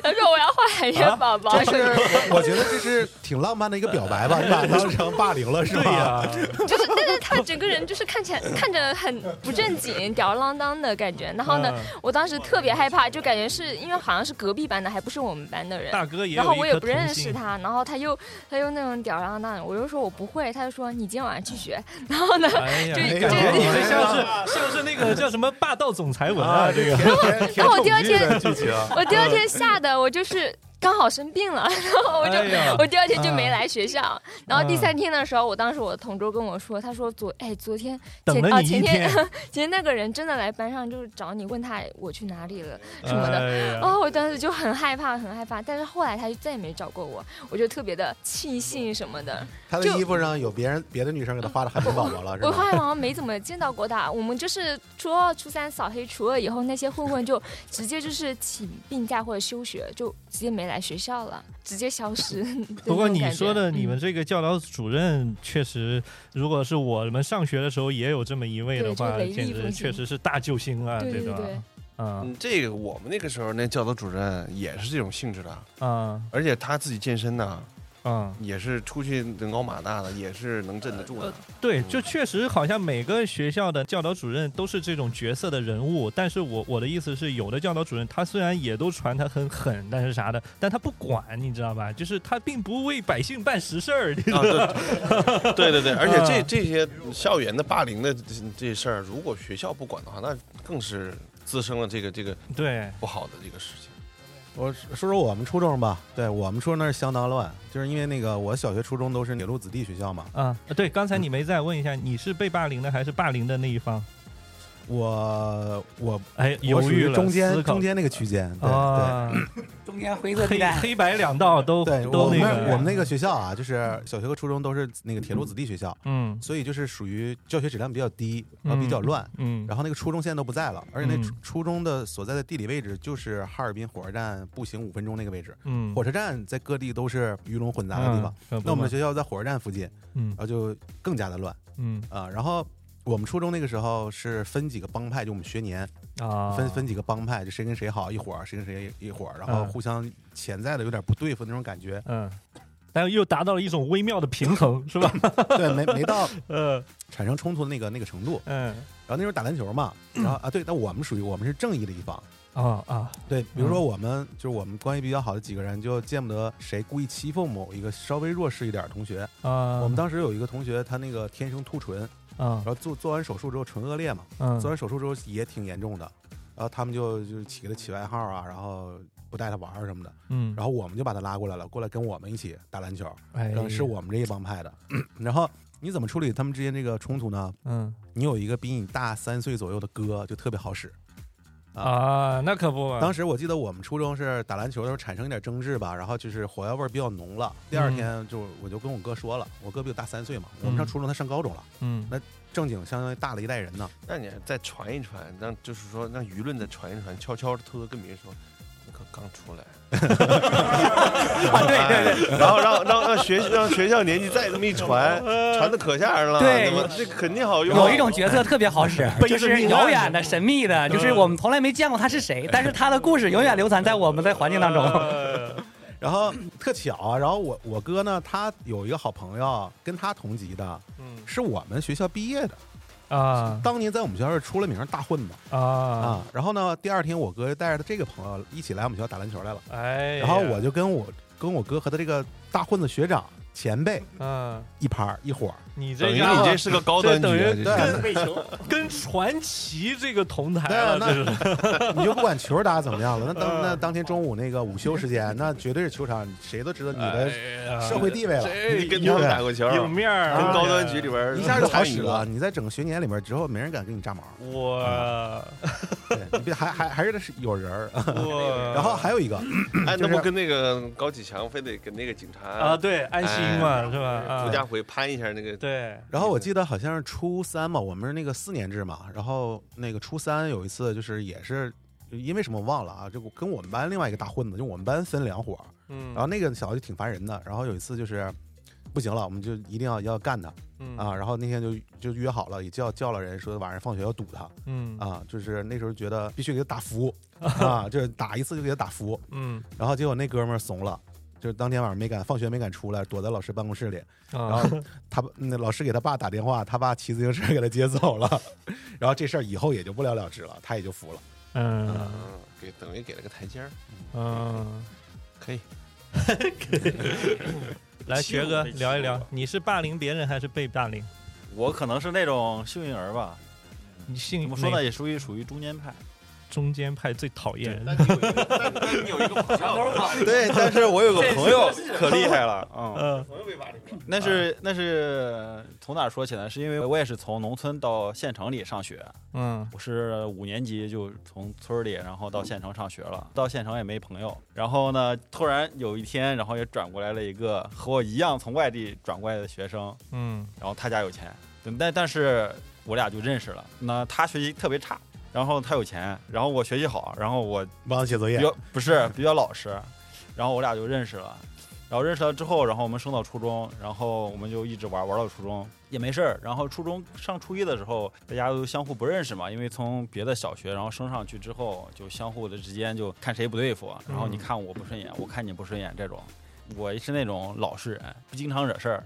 S7: 他说我要画海
S1: 啊
S7: 绵宝宝。
S10: 这是 我觉得这是挺浪漫的一个表白吧，你把它当成霸凌了是
S1: 对
S10: 吧？
S1: 呀，
S7: 就是，但是他整个人就是看起来看着很不正经、吊儿郎当的感觉。然后呢，
S1: 嗯，
S7: 我当时特别害怕，就感觉是因为好像是隔壁班的，还不是我们班的人。
S1: 大哥也有
S7: 然后
S1: 一
S7: 我也
S1: 颗
S7: 不认
S1: 童
S7: 识
S1: 心，
S7: 他，然后他又他又那种吊儿郎当的，我就说我不会，他就说你今天晚上去学。 然后呢，
S1: 哎呀，
S7: 就
S1: 哎呀
S7: 就
S1: 感觉你这像是像是那个叫什么霸道总裁文啊，这个
S10: 个
S7: 然后我第二天
S10: 剧情，
S1: 啊
S7: 我第二
S1: 嗯
S7: 天吓得我就是刚好生病了，然后我就、
S1: 哎呀嗯
S7: 我第二天就没来学校。然后第三天的时候，我当时我的同桌跟我说，他说昨哎昨天
S1: 等
S7: 前
S1: 了
S7: 啊
S1: 你 一
S7: 前天其实那个人真的来班上就是找你，问他我去哪里了
S1: 哎
S7: 什么的。
S1: 的
S7: 然后我当时就很害怕，很害怕。但是后来他就再也没找过我，我就特别的庆幸什么的。
S10: 他的衣服上有别人别的女生给他画的海绵宝宝了，是
S7: 我
S10: 吧
S7: 后？来好像没怎么见到过他。我们就是初二、初三扫黑除恶以后，那些混混就直接就是请病假或者休学，就直接没来学校了，直接消失。
S1: 不过你说的
S7: 嗯
S1: 你们这个教导主任确实，如果是我们上学的时候也有这么一位的
S7: 对
S1: 话，
S7: 就雷厉
S1: 简直
S7: 风行
S1: 确实是大救星啊，
S7: 对
S1: 这
S7: 对
S1: 个
S7: 对，
S1: 啊
S4: 嗯，这个我们那个时候那教导主任也是这种性质的，
S1: 啊
S4: 而且他自己健身呢，
S1: 啊！
S4: 也是出去人高马大的，也是能镇得住的。
S1: 对，
S4: 嗯
S1: 就确实好像每个学校的教导主任都是这种角色的人物，但是我我的意思是，有的教导主任他虽然也都传他很狠，但是啥的，但他不管，你知道吧？就是他并不为百姓办实事儿，
S4: 啊，对 对对对，而且
S5: 嗯
S4: 这
S1: 啊
S4: 这些校园的霸凌的这这事儿，如果学校不管的话，那更是滋生了这个这个
S1: 对。
S4: 不好的这个事情。
S10: 我说说我们初中吧，对我们初中那是相当乱，就是因为那个我小学、初中都是铁路子弟学校嘛。
S1: 啊，对，刚才你没在，问一下，你是被霸凌的还是霸凌的那一方？
S10: 我我
S1: 哎，
S10: 我
S1: 犹
S10: 属
S1: 豫
S10: 于
S1: 了，
S10: 中
S1: 思
S10: 间
S1: 考
S10: 中间那个区间，对、
S1: 啊，
S5: 中间灰色
S1: 黑
S5: 地带，
S1: 黑白两道都
S10: 对。对，我
S1: 都
S10: 们
S1: 那
S10: 那
S1: 个，
S10: 我们那个学校啊，就是小学和初中都是那个铁路子弟学校，
S1: 嗯
S10: 所以就是属于教学质量比较低，呃，
S1: 嗯
S10: 比较乱。
S1: 嗯
S10: 然后那个初中现在都不在了，而且那
S1: 嗯
S10: 初初中的所在的地理位置就是哈尔滨火车站步行五分钟那个位置，
S1: 嗯，
S10: 火车站在各地都是鱼龙混杂的地方。
S1: 嗯
S10: 那我们的学校在火车站附近，
S1: 嗯
S10: 然后就更加的乱
S1: 嗯
S10: 啊、然后我们初中那个时候是分几个帮派，就我们学年
S1: 啊，
S10: 分分几个帮派，就谁跟谁好一伙儿，谁跟谁一伙儿，然后
S1: 嗯。
S10: 互相潜在的有点不对付那种感觉
S1: 嗯，但又达到了一种微妙的平衡， 是吧？
S10: 对，没没到
S1: 嗯
S10: 产生冲突的那个那个程度。
S1: 嗯
S10: 然后那时候打篮球 嘛，然后啊对，那我们属于我们是正义的一方。
S1: 啊啊，
S10: 对，比如说我们、就是我们关系比较好的几个人，就见不得谁故意欺负某一个稍微弱势一点的同学。
S1: 啊，
S10: 我们当时有一个同学，他那个天生凸唇，
S1: 啊
S10: 然后做做完手术之后唇腭裂嘛，
S1: 嗯
S10: 做完手术之后也挺严重的，然后他们就就起给他起外号啊，然后不带他玩儿什么的，
S1: 嗯，
S10: 然后我们就把他拉过来了，过来跟我们一起打篮球，
S1: 哎
S10: 然后是我们这一帮派的。 然后你怎么处理他们之间这个冲突呢？
S1: 嗯
S10: 你有一个比你大三岁左右的哥就特别好使。
S1: 啊，那可不嘛，
S10: 当时我记得我们初中是打篮球的时候产生一点争执吧，然后就是火药味儿比较浓了。第二
S1: 嗯
S10: 天就我就跟我哥说了，我哥比我大三岁嘛，我们
S1: 嗯
S10: 上初中他上高中了，
S1: 嗯
S10: 正经相当于大了一代人呢。
S4: 那你再传一传，让就是说让舆论再传一传，悄悄的偷偷跟别人说，我可刚出 来。 对对对，然后让让让学让学校年纪再这么一传，传的可吓人了。
S5: 对
S4: 那么这肯定好用。
S5: 有一种角色特别好使，就
S4: 背着
S5: 是
S4: 命
S5: 遥
S4: 案
S5: 远的、神秘的，就是我们从来没见过他是谁，但是他的故事永远流传在我们的环境当中。
S10: 然后特巧啊，然后我我哥呢，他有一个好朋友，啊跟他同级的，
S1: 嗯
S10: 是我们学校毕业的，
S1: 啊
S10: 当年在我们学校是出了名儿大混子
S1: 啊，
S10: 啊。然后呢，第二天我哥就带着他这个朋友一起来我们学校打篮球来了，
S1: 哎呀，
S10: 然后我就跟我跟我哥和他这个大混子学长前辈
S1: 嗯，
S10: 一拍儿一伙儿，
S1: 你这
S4: 等于
S1: 家伙
S4: 你这是个高端
S1: 这
S4: 局啊，
S1: 等于
S4: 这是
S10: 对，
S1: 跟传奇这个同台
S11: 啊
S10: 对
S4: 呃
S1: 了，
S10: 那
S1: 这 是
S10: 你就不管球打得怎么样了，那当
S1: 啊嗯
S10: 那当天中午那个午休时间，那绝对是球场，谁都知道你的社
S1: 社
S10: 会地位了。
S1: 哎这
S4: 你跟他们打过球，
S1: 有面儿，啊
S4: 跟高端局里边儿
S10: 一下就好
S4: 参与
S10: 使
S4: 过
S10: 了，。你在整个学年里面之后，没人敢跟你炸毛。
S1: 我
S10: 对，你别还还还是有人儿。
S1: 我，
S10: 然后还有一个，
S4: 哎，
S10: 就
S4: 那
S10: 是
S4: 不跟那个高启强非得跟那个警察哎
S1: 啊，对，安心嘛，是吧？
S4: 朱家
S1: 啊，
S4: 回攀一下那个，
S1: 对，
S10: 然后我记得好像是初三嘛，我们是那个四年制嘛，然后那个初三有一次就是也是因为什么忘了啊，就跟我们班另外一个大混子，就我们班分两伙儿，
S1: 嗯，
S10: 然后啊那个小子就挺烦人的，然后有一次就是不行了，我们就一定要要干他
S1: 嗯
S10: 啊，，然后那天就就约好了，也叫叫了人说晚上放学要堵他
S1: 嗯
S10: 啊，就是那时候觉得必须给他打 服啊，就是打一次就给他打服，
S1: 嗯，
S10: 然后结果那哥们儿怂了。就是当天晚上没敢放学，没敢出来，躲在老师办公室里。然
S1: 啊，
S10: 后他爸那老师给他爸打电话，他爸骑自行车给他接走 了，然后这事儿以后也就不了了之了，他也就服了。
S1: 嗯
S4: 嗯，给等于给了个台阶儿，
S1: 嗯，
S4: 可以。
S1: 来，学 哥聊一聊，你是霸凌别人还是被霸凌？
S11: 我可能是那种幸运儿吧，
S1: 你信
S11: 怎么说呢，
S1: 哪
S11: 也属于属于中间派。
S1: 中间派最讨厌人，
S11: 对，但是我有个朋友可厉害 了，嗯，
S1: 嗯
S11: 那是那是从哪儿说起呢？是因为我也是从农村到县城里上学，
S1: 嗯
S11: 我是五年级就从村儿里，然后到县城上学了，到县城也没朋友。然后呢，突然有一天，然后也转过来了一个和我一样从外地转过来的学生，
S1: 嗯
S11: 然后他家有钱，但但是我俩就认识了。那他学习特别差，然后他有钱，然后我学习好，然后我
S10: 帮他写作业
S11: 比，较不是比较老实，然后我俩就认识了，然后认识了之后，然后我们升到初中，然后我们就一直玩玩到初中也没事儿。然后初中上初一的时候，大家都相互不认识嘛，因为从别的小学然后升上去之后，就相互的之间就看谁不对付，然后你看我不顺眼，我看你不顺眼这种。我是那种老实人，不经常惹事儿。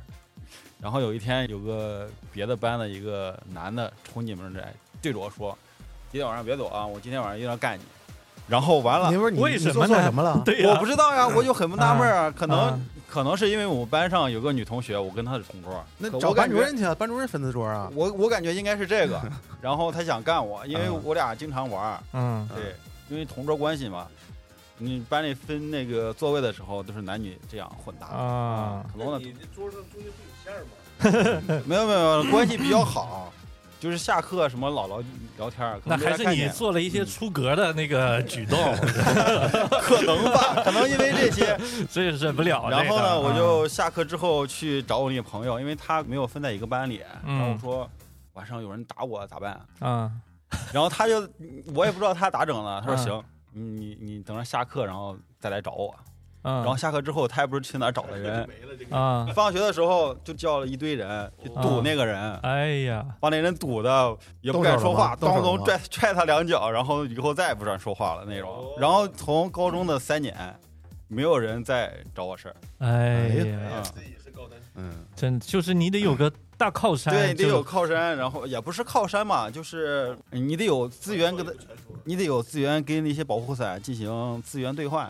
S11: 然后有一天，有个别的班的一个男的冲你们来，对着我说：“今天晚上别走啊，我今天晚上一定要干你。”然后完了，
S10: 你不是你
S1: 为
S10: 你
S1: 什么
S10: 做错
S1: 呢
S10: 什么了？
S1: 对
S11: 我不知道呀，我就很纳闷啊，可能、
S1: 啊
S11: 可能是因为我们班上有个女同学，我跟她是同桌，
S10: 那
S11: 可
S10: 找
S11: 我
S10: 班
S11: 感
S10: 主
S11: 觉
S10: 任去啊，班主任分的桌啊。
S11: 我我感觉应该是这个，然后她想干我，因为
S1: 嗯
S11: 我俩经常玩儿，
S1: 嗯
S11: 对，因为同桌关系嘛。你班里分那个座位的时候，都是男女这样混搭的
S1: 啊
S11: 可能呢
S4: 你这桌上中间不
S11: 有线吗？没有没有，呃关系比较好，就是下课什么老聊聊天儿。可
S1: 那
S11: 能没
S1: 还
S11: 人
S1: 是
S11: 看
S1: 你
S11: 见嗯
S1: 做了一些出格的那 个举动，
S11: 可能吧？可能因为这些，
S1: 所以忍不了。
S11: 然后
S1: 这个啊嗯
S11: 呢，我就下课之后去找我那个朋友，因为他没有分在一个班里，
S1: 嗯
S11: 然后我说晚上有人打我咋办？
S1: 啊
S11: 然后他就我也不知道他咋整了，他说
S1: 嗯
S11: 行，你你等着下课然后再来找我。
S1: 嗯
S11: 然后下课之后，他也不知去哪儿找的人
S1: 啊
S11: 放学的时候就叫了一堆人去堵那个人，
S1: 哎呀，
S11: 把那人堵的也不敢说话，
S1: 动手了吗动手
S11: 当
S1: 了
S11: 咚
S1: 吗
S11: 拽踹他两脚，然后以后再也不敢说话了那种。然后从高中的三年，没有人再找我事儿。
S1: 哎呀
S11: 嗯
S10: 嗯，
S1: 真就是你得有个大靠山，
S11: 对，你得
S1: 就
S11: 有靠山，然后也不是靠山嘛，就是你得有资源跟他，你得有资源跟那些保护伞进行资源兑换。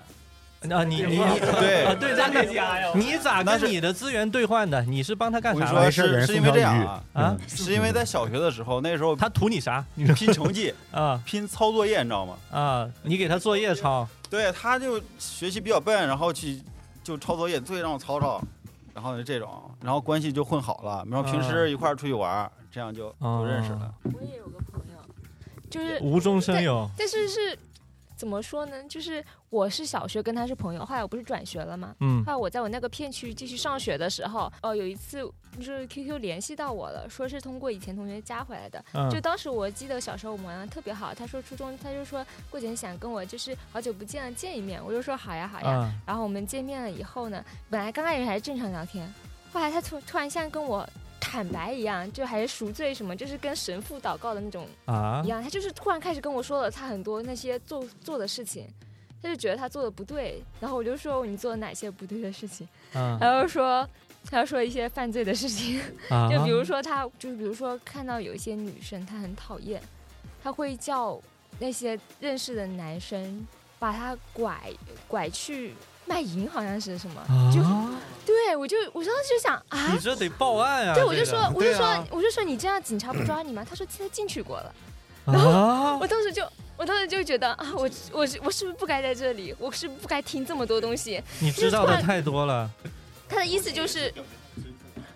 S1: 啊，你你你
S11: 对
S1: 啊， 对，咱
S11: 呀
S1: 你咋
S11: 那
S1: 跟
S11: 是
S1: 你的资源兑换的？你是帮他干
S11: 我跟
S1: 啥
S11: 你
S1: 了？
S11: 说，是是因为这样啊，
S1: 啊，
S11: 是因为在小学的时候，那时候
S1: 他图你啥？
S11: 拼成绩
S1: 啊，
S11: 拼抄作业，你知道吗？
S1: 啊，你给他作业抄，
S11: 对，他就学习比较笨，然后去就抄作业，最让我抄抄，然后就这种，然后关系就混好了，然后平
S1: 啊
S12: 嗯
S11: 时一块儿出去玩儿，这样就
S1: 哦
S11: 就认识了。
S7: 就是
S1: 无中生有
S7: 但是是怎么说呢？就是我是小学跟他是朋友，后来我不是转学了嘛，
S1: 嗯
S7: 后来我在我那个片区继续上学的时候，哦、有一次就是 QQ 联系到我了，说是通过以前同学加回来的，
S13: 嗯
S7: 就当时我记得小时候我们玩的特别好，他说初中他就说过几天想跟我就是好久不见了见一面，我就说好呀好呀，
S13: 嗯
S7: 然后我们见面了以后呢，本来刚开始还正常聊天，后来他突突然像跟我。坦白一样，就还赎罪什么，就是跟神父祷告的那种
S1: 啊
S7: 一样，他就是突然开始跟我说了他很多那些做做的事情，他就觉得他做的不对，然后我就说你做了哪些不对的事情，
S1: 嗯
S7: 他就说他就说一些犯罪的事情，
S1: 啊
S7: 就比如说他就是比如说看到有一些女生他很讨厌，他会叫那些认识的男生把他拐拐去卖淫，好像是什么，就对我就我当时就想啊，
S1: 啊你这得报案啊！
S7: 对，我就
S1: 这
S7: 说
S1: 个，
S7: 我就
S10: 啊
S7: 说，我就说，你这样警察不抓你吗？他说他进去过了，
S1: 然
S7: 后我当时就，我当时就觉得啊，我我是我是不是不该在这里？我是不是不该听这么多东西？
S1: 你知道的太 多了。
S7: 他的意思就是，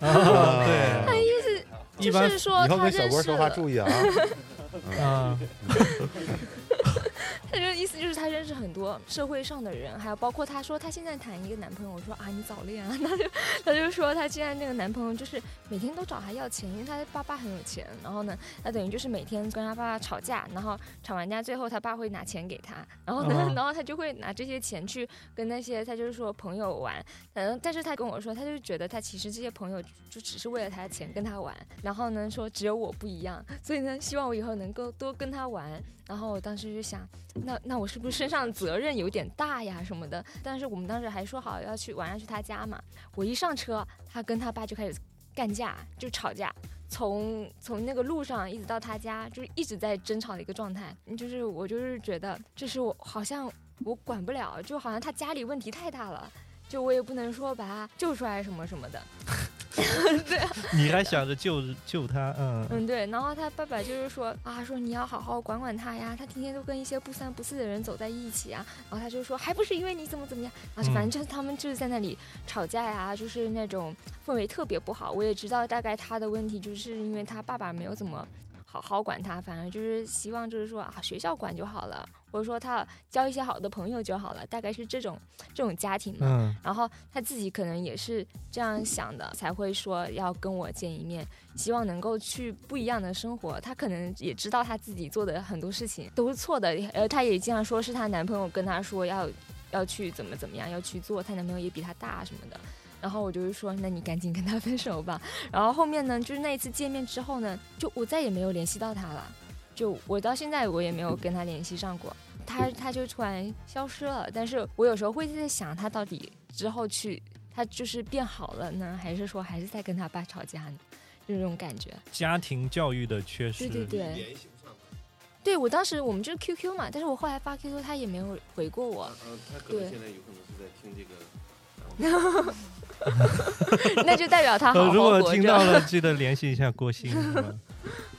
S1: 啊
S7: 他的
S1: 对，
S7: 意思
S1: 一
S7: 就
S1: 般
S7: 是说
S10: 以后
S7: 他
S10: 跟小
S7: 认
S10: 郭
S7: 识
S10: 说话
S7: 了，
S10: 注意啊。
S1: 啊，
S7: 他的意思就是他认识很多社会上的人，还有包括他说他现在谈一个男朋友，我说啊你早恋啊， 他就他就说他现在那个男朋友就是每天都找他要钱，因为他爸爸很有钱，然后呢，他等于就是每天跟他爸爸吵架，然后吵完架最后他爸会拿钱给他，然后呢，
S13: 哦
S7: 然后他就会拿这些钱去跟那些他就是说朋友玩，嗯，但是他跟我说，他就觉得他其实这些朋友就只是为了他的钱跟他玩，然后呢说只有我不一样，所以呢希望我以后能够多跟他玩。然后我当时就想，那那我是不是身上责任有点大呀什么的？但是我们当时还说好要去晚上去他家嘛，我一上车，他跟他爸就开始干架，就吵架。从从那个路上一直到他家，就是一直在争吵的一个状态。就是我就是觉得，这是我好像我管不了，就好像他家里问题太大了，就我也不能说把他救出来什么什么的。
S1: 你还想着救救他，嗯，
S7: 嗯，对。然后他爸爸就是说啊，说你要好好管管他呀，他天天都跟一些不三不四的人走在一起啊。然后他就说，还不是因为你怎么怎么样。然后就反正就是他们就是在那里吵架呀、就是那种氛围特别不好。我也知道大概他的问题，就是因为他爸爸没有怎么。好好管他，反正就是希望就是说啊，学校管就好了，或者说他交一些好的朋友就好了，大概是这种这种家庭嘛。
S13: 嗯
S7: 然后他自己可能也是这样想的，才会说要跟我见一面，希望能够去不一样的生活。他可能也知道他自己做的很多事情都是错的，呃，他也经常说是她男朋友跟她说要要去怎么怎么样，要去做，她男朋友也比她大什么的。然后我就是说，那你赶紧跟他分手吧。然后后面呢，就是那一次见面之后呢，就我再也没有联系到他了，就我到现在我也没有跟他联系上过。他他就突然消失了，但是我有时候会在想，他到底之后去，他就是变好了呢，还是说还是在跟他爸吵架呢？就这种感觉。
S1: 家庭教育的缺失，
S7: 对对对联对我当时我们就是 QQ 嘛，但是我后来发 QQ，他也没有回过我。
S2: 呃
S4: 他可能
S7: 对
S4: 现，在有可能是在听这个。
S7: 那就代表他好好
S1: 呃如果
S7: 活
S1: 听
S7: 着
S1: 到 了，记得联系一下郭鑫。是吧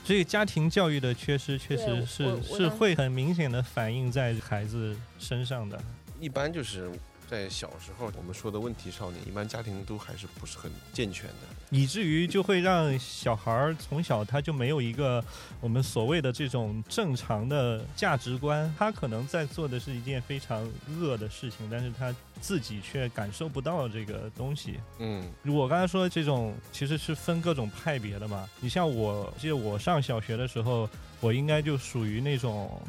S1: 所以家庭教育的缺失，确
S7: 对
S1: 实
S7: 我
S1: 是
S7: 我
S1: 是
S7: 当
S1: 会很明显的反映在孩子身上的。
S4: 一般就是在小时候我们说的问题少年，一般家庭都还是不是很健全的。
S1: 以至于就会让小孩儿从小他就没有一个我们所谓的这种正常的价值观，他可能在做的是一件非常恶的事情，但是他自己却感受不到这个东西。
S4: 嗯，
S1: 我刚才说的这种其实是分各种派别的嘛。你像我记得我上小学的时候，我应该就属于那种。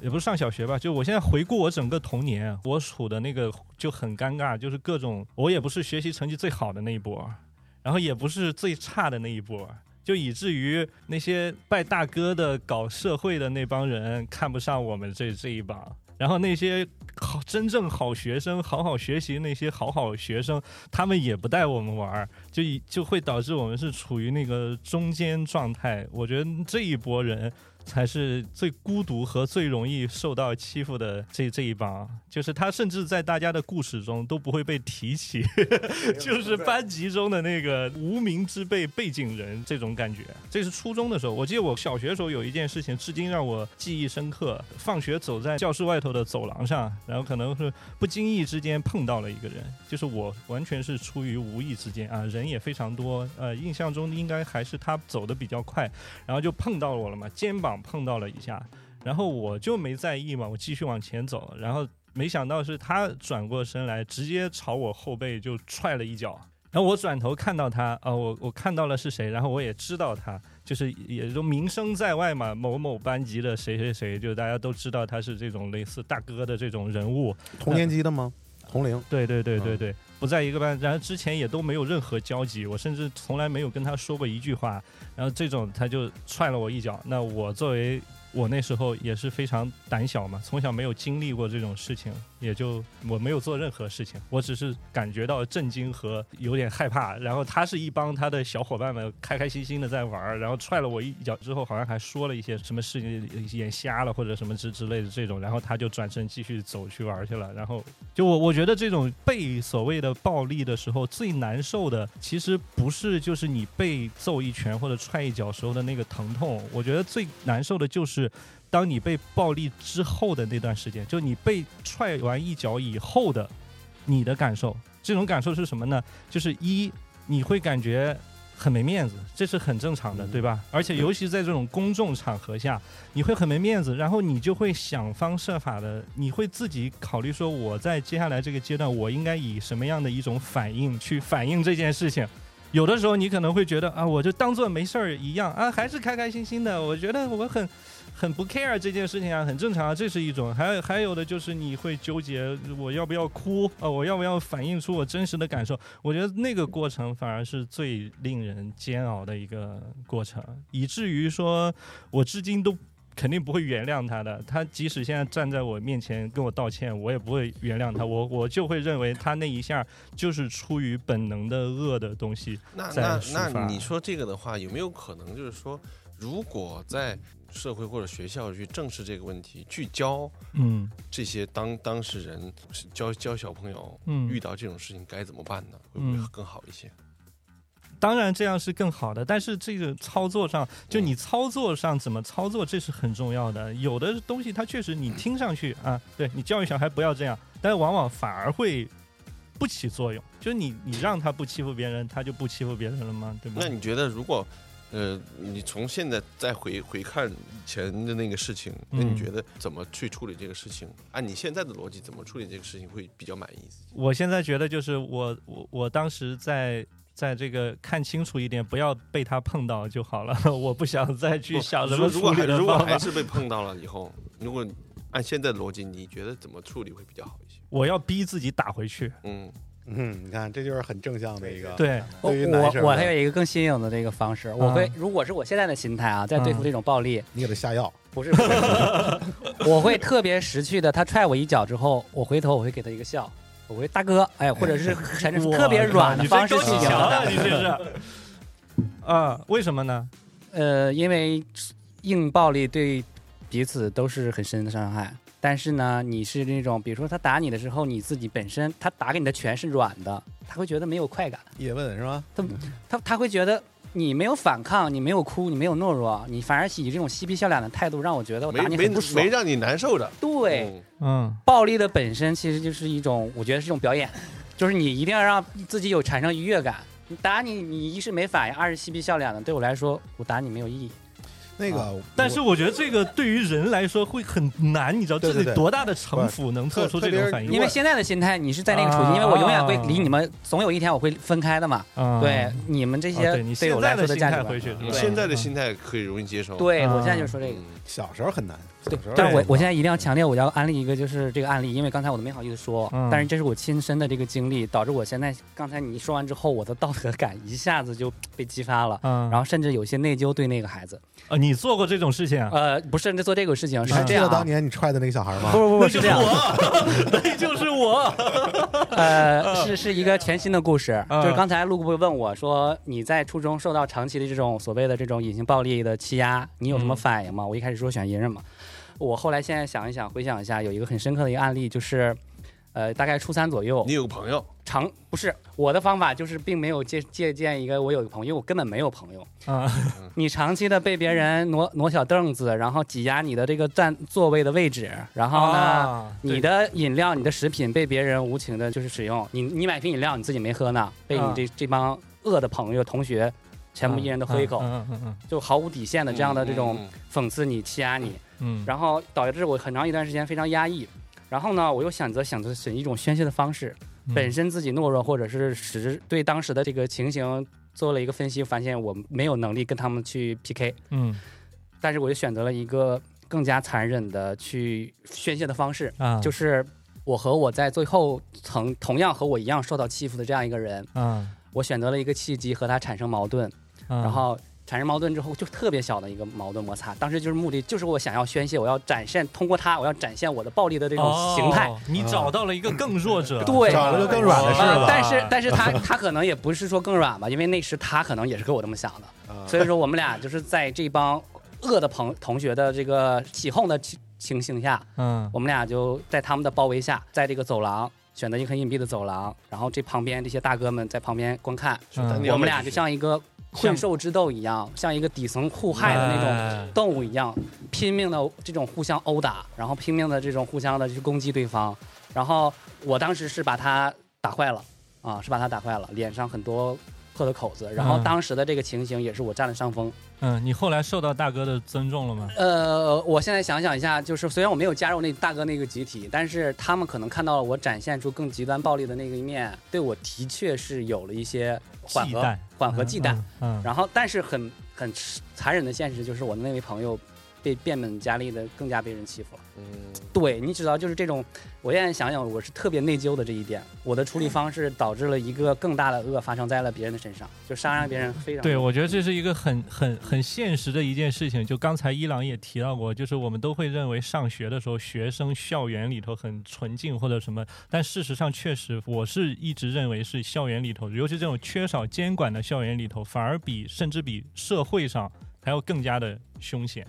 S1: 也不是上小学吧，就我现在回顾我整个童年，啊我处的那个就很尴尬，就是各种我也不是学习成绩最好的那一波，啊然后也不是最差的那一波，啊就以至于那些拜大哥的、搞社会的那帮人看不上我们这这一帮，然后那些好真正好学生、好好学习那些好好学生，他们也不带我们玩儿，就以就会导致我们是处于那个中间状态。我觉得这一波人。才是最孤独和最容易受到欺负的这这一帮，就是他甚至在大家的故事中都不会被提起， 就是班级中的那个无名之辈背景人这种感觉。这是初中的时候，我记得我小学的时候有一件事情，至今让我记忆深刻。放学走在教室外头的走廊上，然后可能是不经意之间碰到了一个人，就是我完全是出于无意之间啊，人也非常多，呃，印象中应该还是他走的比较快，然后就碰到我了嘛，肩膀碰到了一下，然后我就没在意嘛，我继续往前走，然后没想到是他转过身来，直接朝我后背就踹了一脚。然后我转头看到他，啊、我我看到了是谁，然后我也知道他，就是也都名声在外嘛，某某班级的谁谁谁，就大家都知道他是这种类似大哥的这种人物。
S10: 同年级的吗？同龄。嗯
S1: 对对对对对，不在一个班，然后之前也都没有任何交集，我甚至从来没有跟他说过一句话，然后这种他就踹了我一脚，那我作为我那时候也是非常胆小嘛，从小没有经历过这种事情，也就我没有做任何事情，我只是感觉到震惊和有点害怕，然后他是一帮他的小伙伴们开开心心的在玩儿，然后踹了我一脚之后，好像还说了一些什么事情眼瞎了或者什么之之类的这种，然后他就转身继续走去玩儿去了，然后就我我觉得这种被所谓的暴力的时候，最难受的其实不是就是你被揍一拳或者踹一脚时候的那个疼痛，我觉得最难受的就是当你被暴力之后的那段时间，就你被踹完一脚以后的你的感受。这种感受是什么呢？就是一，你会感觉很没面子，这是很正常的，对吧？而且尤其在这种公众场合下，你会很没面子，然后你就会想方设法的，你会自己考虑说，我在接下来这个阶段，我应该以什么样的一种反应去反应这件事情。有的时候你可能会觉得啊，我就当做没事儿一样啊，还是开开心心的。我觉得我很很不 care 这件事情啊，很正常啊，这是一种。还有还有的就是你会纠结我要不要哭啊，我要不要反映出我真实的感受。我觉得那个过程反而是最令人煎熬的一个过程，以至于说我至今都。肯定不会原谅他的，他即使现在站在我面前跟我道歉，我也不会原谅他，我我就会认为他那一下就是出于本能的恶的东西
S4: 那
S1: 在
S4: 那
S1: 抒
S4: 那
S1: 发
S4: 你说这个的话，有没有可能就是说，如果在社会或者学校去正视这个问题，去教
S1: 嗯
S4: 这些当当事人教教小朋友，
S1: 嗯
S4: 遇到这种事情该怎么办呢？会不会
S1: 嗯
S4: 更好一些？
S1: 当然这样是更好的，但是这个操作上，
S4: 嗯
S1: 就你操作上怎么操作，这是很重要的。有的东西它确实你听上去啊，对你教育小孩不要这样，但是往往反而会不起作用。就是你你让他不欺负别人，他就不欺负别人了吗？对吧？
S4: 那你觉得如果？呃，你从现在再回回看以前的那个事情，那
S1: 嗯
S4: 你觉得怎么去处理这个事情？按你现在的逻辑，怎么处理这个事情会比较满意？
S1: 我现在觉得就是我我我当时在在这个看清楚一点，不要被他碰到就好了。 我不想再去
S4: 不
S1: 想什
S4: 如
S1: 么
S4: 如果
S1: 处理
S4: 还
S1: 的
S4: 如果
S1: 方
S4: 还
S1: 法。
S4: 是被碰到了以后，如果按现在的逻辑，你觉得怎么处理会比较好一些？
S1: 我要逼自己打回去。
S4: 嗯
S10: 嗯，你看，这就是很正向的一个。
S1: 对啊
S10: 对于男
S5: 啊我
S10: 生
S5: 我
S10: 来
S5: 还
S10: 说
S5: 有一个更新颖的这个方式，我会
S10: 嗯
S5: 如果是我现在的心态啊，在对付
S10: 嗯
S5: 这种暴力，
S10: 你给他下药，
S5: 不是，不是我会特别识趣的。他踹我一脚之后，我回头我会给他一个笑，我会大哥，哎，或者是甚至特别软的方式去
S1: 你
S5: 迎
S1: 这高
S5: 合
S1: 启强啊
S5: 他，
S1: 你这是。啊，为什么呢？
S5: 呃，因为硬暴力对彼此都是很深的伤害。但是呢，你是那种，比如说他打你的时候，你自己本身他打给你的拳是软的，他会觉得没有快感。
S10: 叶问是吧？
S5: 他他他会觉得你没有反抗，你没有哭，你没有懦弱，你反而以这种嬉皮笑脸的态度让我觉得我打
S4: 没
S5: 你
S4: 没
S5: 很不爽
S4: 没。让你难受着。
S5: 对，
S1: 嗯，
S5: 暴力的本身其实就是一种，我觉得是一种表演，就是你一定要让自己有产生愉悦感。你打你，你一是没反应，二是嬉皮笑脸的，对我来说，我打你没有意义。
S10: 那个
S1: 啊但是我觉得这个对于人来说会很难，你知道
S5: 对
S1: 这
S5: 对
S1: 得
S5: 对
S1: 多大的城府能做出这种反应？
S5: 因为现在的心态，你是在那个处境，
S1: 啊
S5: 因为我永远会离你们，总有一天我会分开的嘛。
S1: 啊
S5: 对，你们这些
S1: 啊对你
S5: 对我来说的价值观，
S4: 你
S5: 对
S4: 现
S1: 嗯
S4: 在的心态可以容易接受。
S5: 对我现在就说这个。
S10: 小时候很难，对，
S5: 嗯但是我我现在一定要强烈，我要安利一个，就是这个案例，因为刚才我都没好意思说，
S10: 嗯
S5: 但是这是我亲身的这个经历，导致我现在刚才你说完之后，我的道德感一下子就被激发了，
S1: 嗯
S5: 然后甚至有些内疚对那个孩子，
S1: 啊，你做过这种事情啊？嗯
S5: 呃，不是做这个事情
S10: 你
S5: 是
S10: 还
S5: 这
S10: 记
S5: 样、
S10: 得
S5: 啊
S10: 当，年你踹的那个小孩吗？
S5: 不不不不是这样，
S1: 那就是我，
S5: 呃，是是一个全新的故事，
S1: 嗯
S5: 就是刚才陆顾问我说你在初中受到长期的这种所谓的这种隐形暴力的欺压，你有什么反应吗？我一开始说选隐忍嘛，我后来现在想一想，回想一下，有一个很深刻的一个案例，就是，呃，大概初三左右，
S4: 你有个朋友，
S5: 长不是我的方法就是并没有借借鉴一个我有个朋友，我根本没有朋友，
S1: 啊，
S5: 你长期的被别人挪挪小凳子，然后挤压你的这个站座位的位置，然后呢，
S1: 啊对
S5: 你的饮料、你的食品被别人无情的就是使用。你你买瓶饮料你自己没喝呢，被你这、这帮恶的朋友、同学全部一人的喝一口，
S1: 啊嗯嗯嗯嗯
S5: 就毫无底线的这样的这
S1: 嗯嗯
S5: 种讽刺你、欺压你，
S1: 嗯
S5: 然后导致我很长一段时间非常压抑。然后呢，我又选择想着选一种宣泄的方式，
S1: 嗯
S5: 本身自己懦弱，或者是使对当时的这个情形做了一个分析，发现我没有能力跟他们去 PK，
S1: 嗯
S5: 但是我就选择了一个更加残忍的去宣泄的方式，
S1: 啊
S5: 就是我和我在最后曾同样和我一样受到欺负的这样一个人，
S1: 啊
S5: 我选择了一个契机和他产生矛盾，
S1: 啊
S5: 然后产生矛盾之后就特别小的一个矛盾摩擦，当时就是目的就是我想要宣泄，我要展现通过他，我要展现我的暴力的这种形态。啊嗯
S1: 哦你找到了一个更弱者，
S5: 对，
S1: 啊
S5: 呃但是但是 他他可能也不是说更软吧，因为那时他可能也是跟我这么想的，所以说我们俩就是在这帮恶的朋同学的这个起哄的情情形下，
S1: 嗯
S5: 我们俩就在他们的包围下，在这个走廊选择一个很隐蔽的走廊，然后这旁边这些大哥们在旁边观看，
S1: 是的
S5: 我们俩就像一个困兽之斗一样，像一个底层互害的那
S1: 哎
S5: 种动物一样，拼命的这种互相殴打，然后拼命的这种互相的去攻击对方。然后我当时是把他打坏了啊，是把他打坏了，脸上很多破的口子。然后
S1: 嗯
S5: 当时的这个情形也是我占了上风，
S1: 嗯，你后来受到大哥的尊重了吗？
S5: 呃，我现在想想一下，就是虽然我没有加入那大哥那个集体，但是他们可能看到了我展现出更极端暴力的那个一面，对我的确是有了一些缓
S1: 忌
S5: 和
S1: 惮、
S5: 缓和忌惮。
S1: 嗯嗯嗯
S5: 然后，但是很很残忍的现实就是，我的那位朋友被变本加厉的更加被人欺负了。对你知道，就是这种，我现在想想，我是特别内疚的这一点，我的处理方式导致了一个更大的恶发生在了别人的身上，就伤害别人非常。
S1: 对，我觉得这是一个很很很现实的一件事情。就刚才伊朗也提到过，就是我们都会认为上学的时候，学生校园里头很纯净或者什么，但事实上确实，我是一直认为是校园里头，尤其这种缺少监管的校园里头，反而比甚至比社会上还要更加的凶险。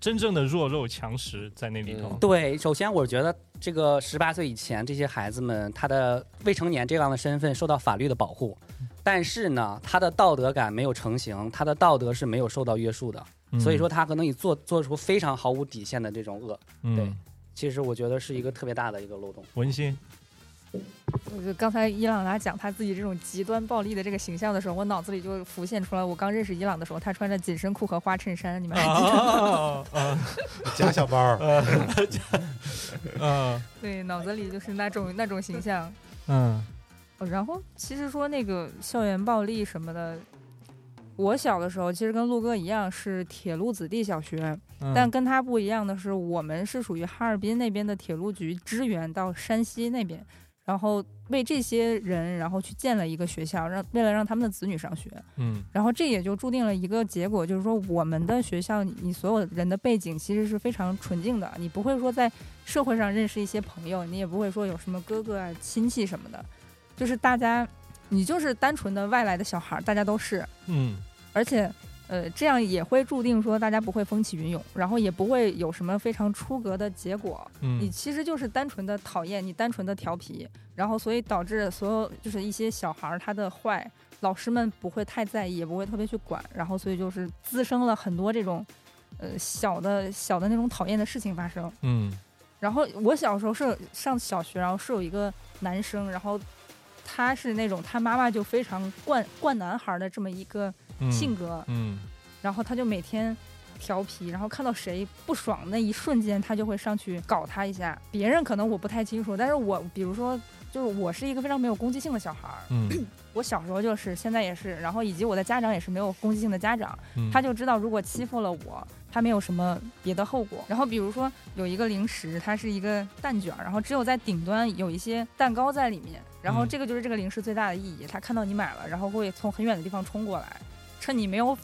S1: 真正的弱肉强食在那里头，
S5: 对，首先我觉得这个十八岁以前这些孩子们，他的未成年这样的身份受到法律的保护，
S1: 嗯
S5: 但是呢，他的道德感没有成型，他的道德是没有受到约束的，
S1: 嗯
S5: 所以说他可能以做做出非常毫无底线的这种恶，
S1: 嗯，
S5: 其实我觉得是一个特别大的一个漏洞。
S1: 文心，
S6: 我觉得刚才伊朗达讲他自己这种极端暴力的这个形象的时候，我脑子里就浮现出来，我刚认识伊朗的时候，他穿着紧身裤和花衬衫，你们还记得吗？
S1: 啊啊，
S10: 加小包 儿
S1: 呃加嗯
S6: 对，脑子里就是那种那种形象。
S1: 嗯
S6: 呃然后其实说那个校园暴力什么的，我小的时候其实跟陆哥一样是铁路子弟小学，
S13: 嗯
S6: 但跟他不一样的是，我们是属于哈尔滨那边的铁路局支援到山西那边，然后为这些人然后去建了一个学校，让为了让他们的子女上学。
S1: 嗯
S6: 然后这也就注定了一个结果，就是说我们的学校，你你所有人的背景其实是非常纯净的，你不会说在社会上认识一些朋友，你也不会说有什么哥哥啊、亲戚什么的，就是大家，你就是单纯的外来的小孩儿，大家都是，
S1: 嗯
S6: 而且，呃，这样也会注定说大家不会风起云涌，然后也不会有什么非常出格的结果。
S1: 嗯
S6: 你其实就是单纯的讨厌，你单纯的调皮，然后所以导致所有就是一些小孩儿他的坏，老师们不会太在意，也不会特别去管，然后所以就是滋生了很多这种，呃，小的小的那种讨厌的事情发生。
S1: 嗯，
S6: 然后我小时候是有上小学，然后是有一个男生，然后他是那种他妈妈就非常惯惯男孩的这么一个
S1: 嗯
S6: 性格，
S1: 嗯
S6: 然后他就每天调皮，然后看到谁不爽那一瞬间，他就会上去搞他一下。别人可能我不太清楚，但是我比如说，就是我是一个非常没有攻击性的小孩儿，
S1: 嗯
S6: 我小时候就是，现在也是，然后以及我的家长也是没有攻击性的家长，
S1: 嗯
S6: 他就知道如果欺负了我，他没有什么别的后果。然后比如说有一个零食，它是一个蛋卷儿，然后只有在顶端有一些蛋糕在里面，然后
S1: 嗯
S6: 这个就是这个零食最大的意义。他看到你买了，然后会从很远的地方冲过来，趁你没有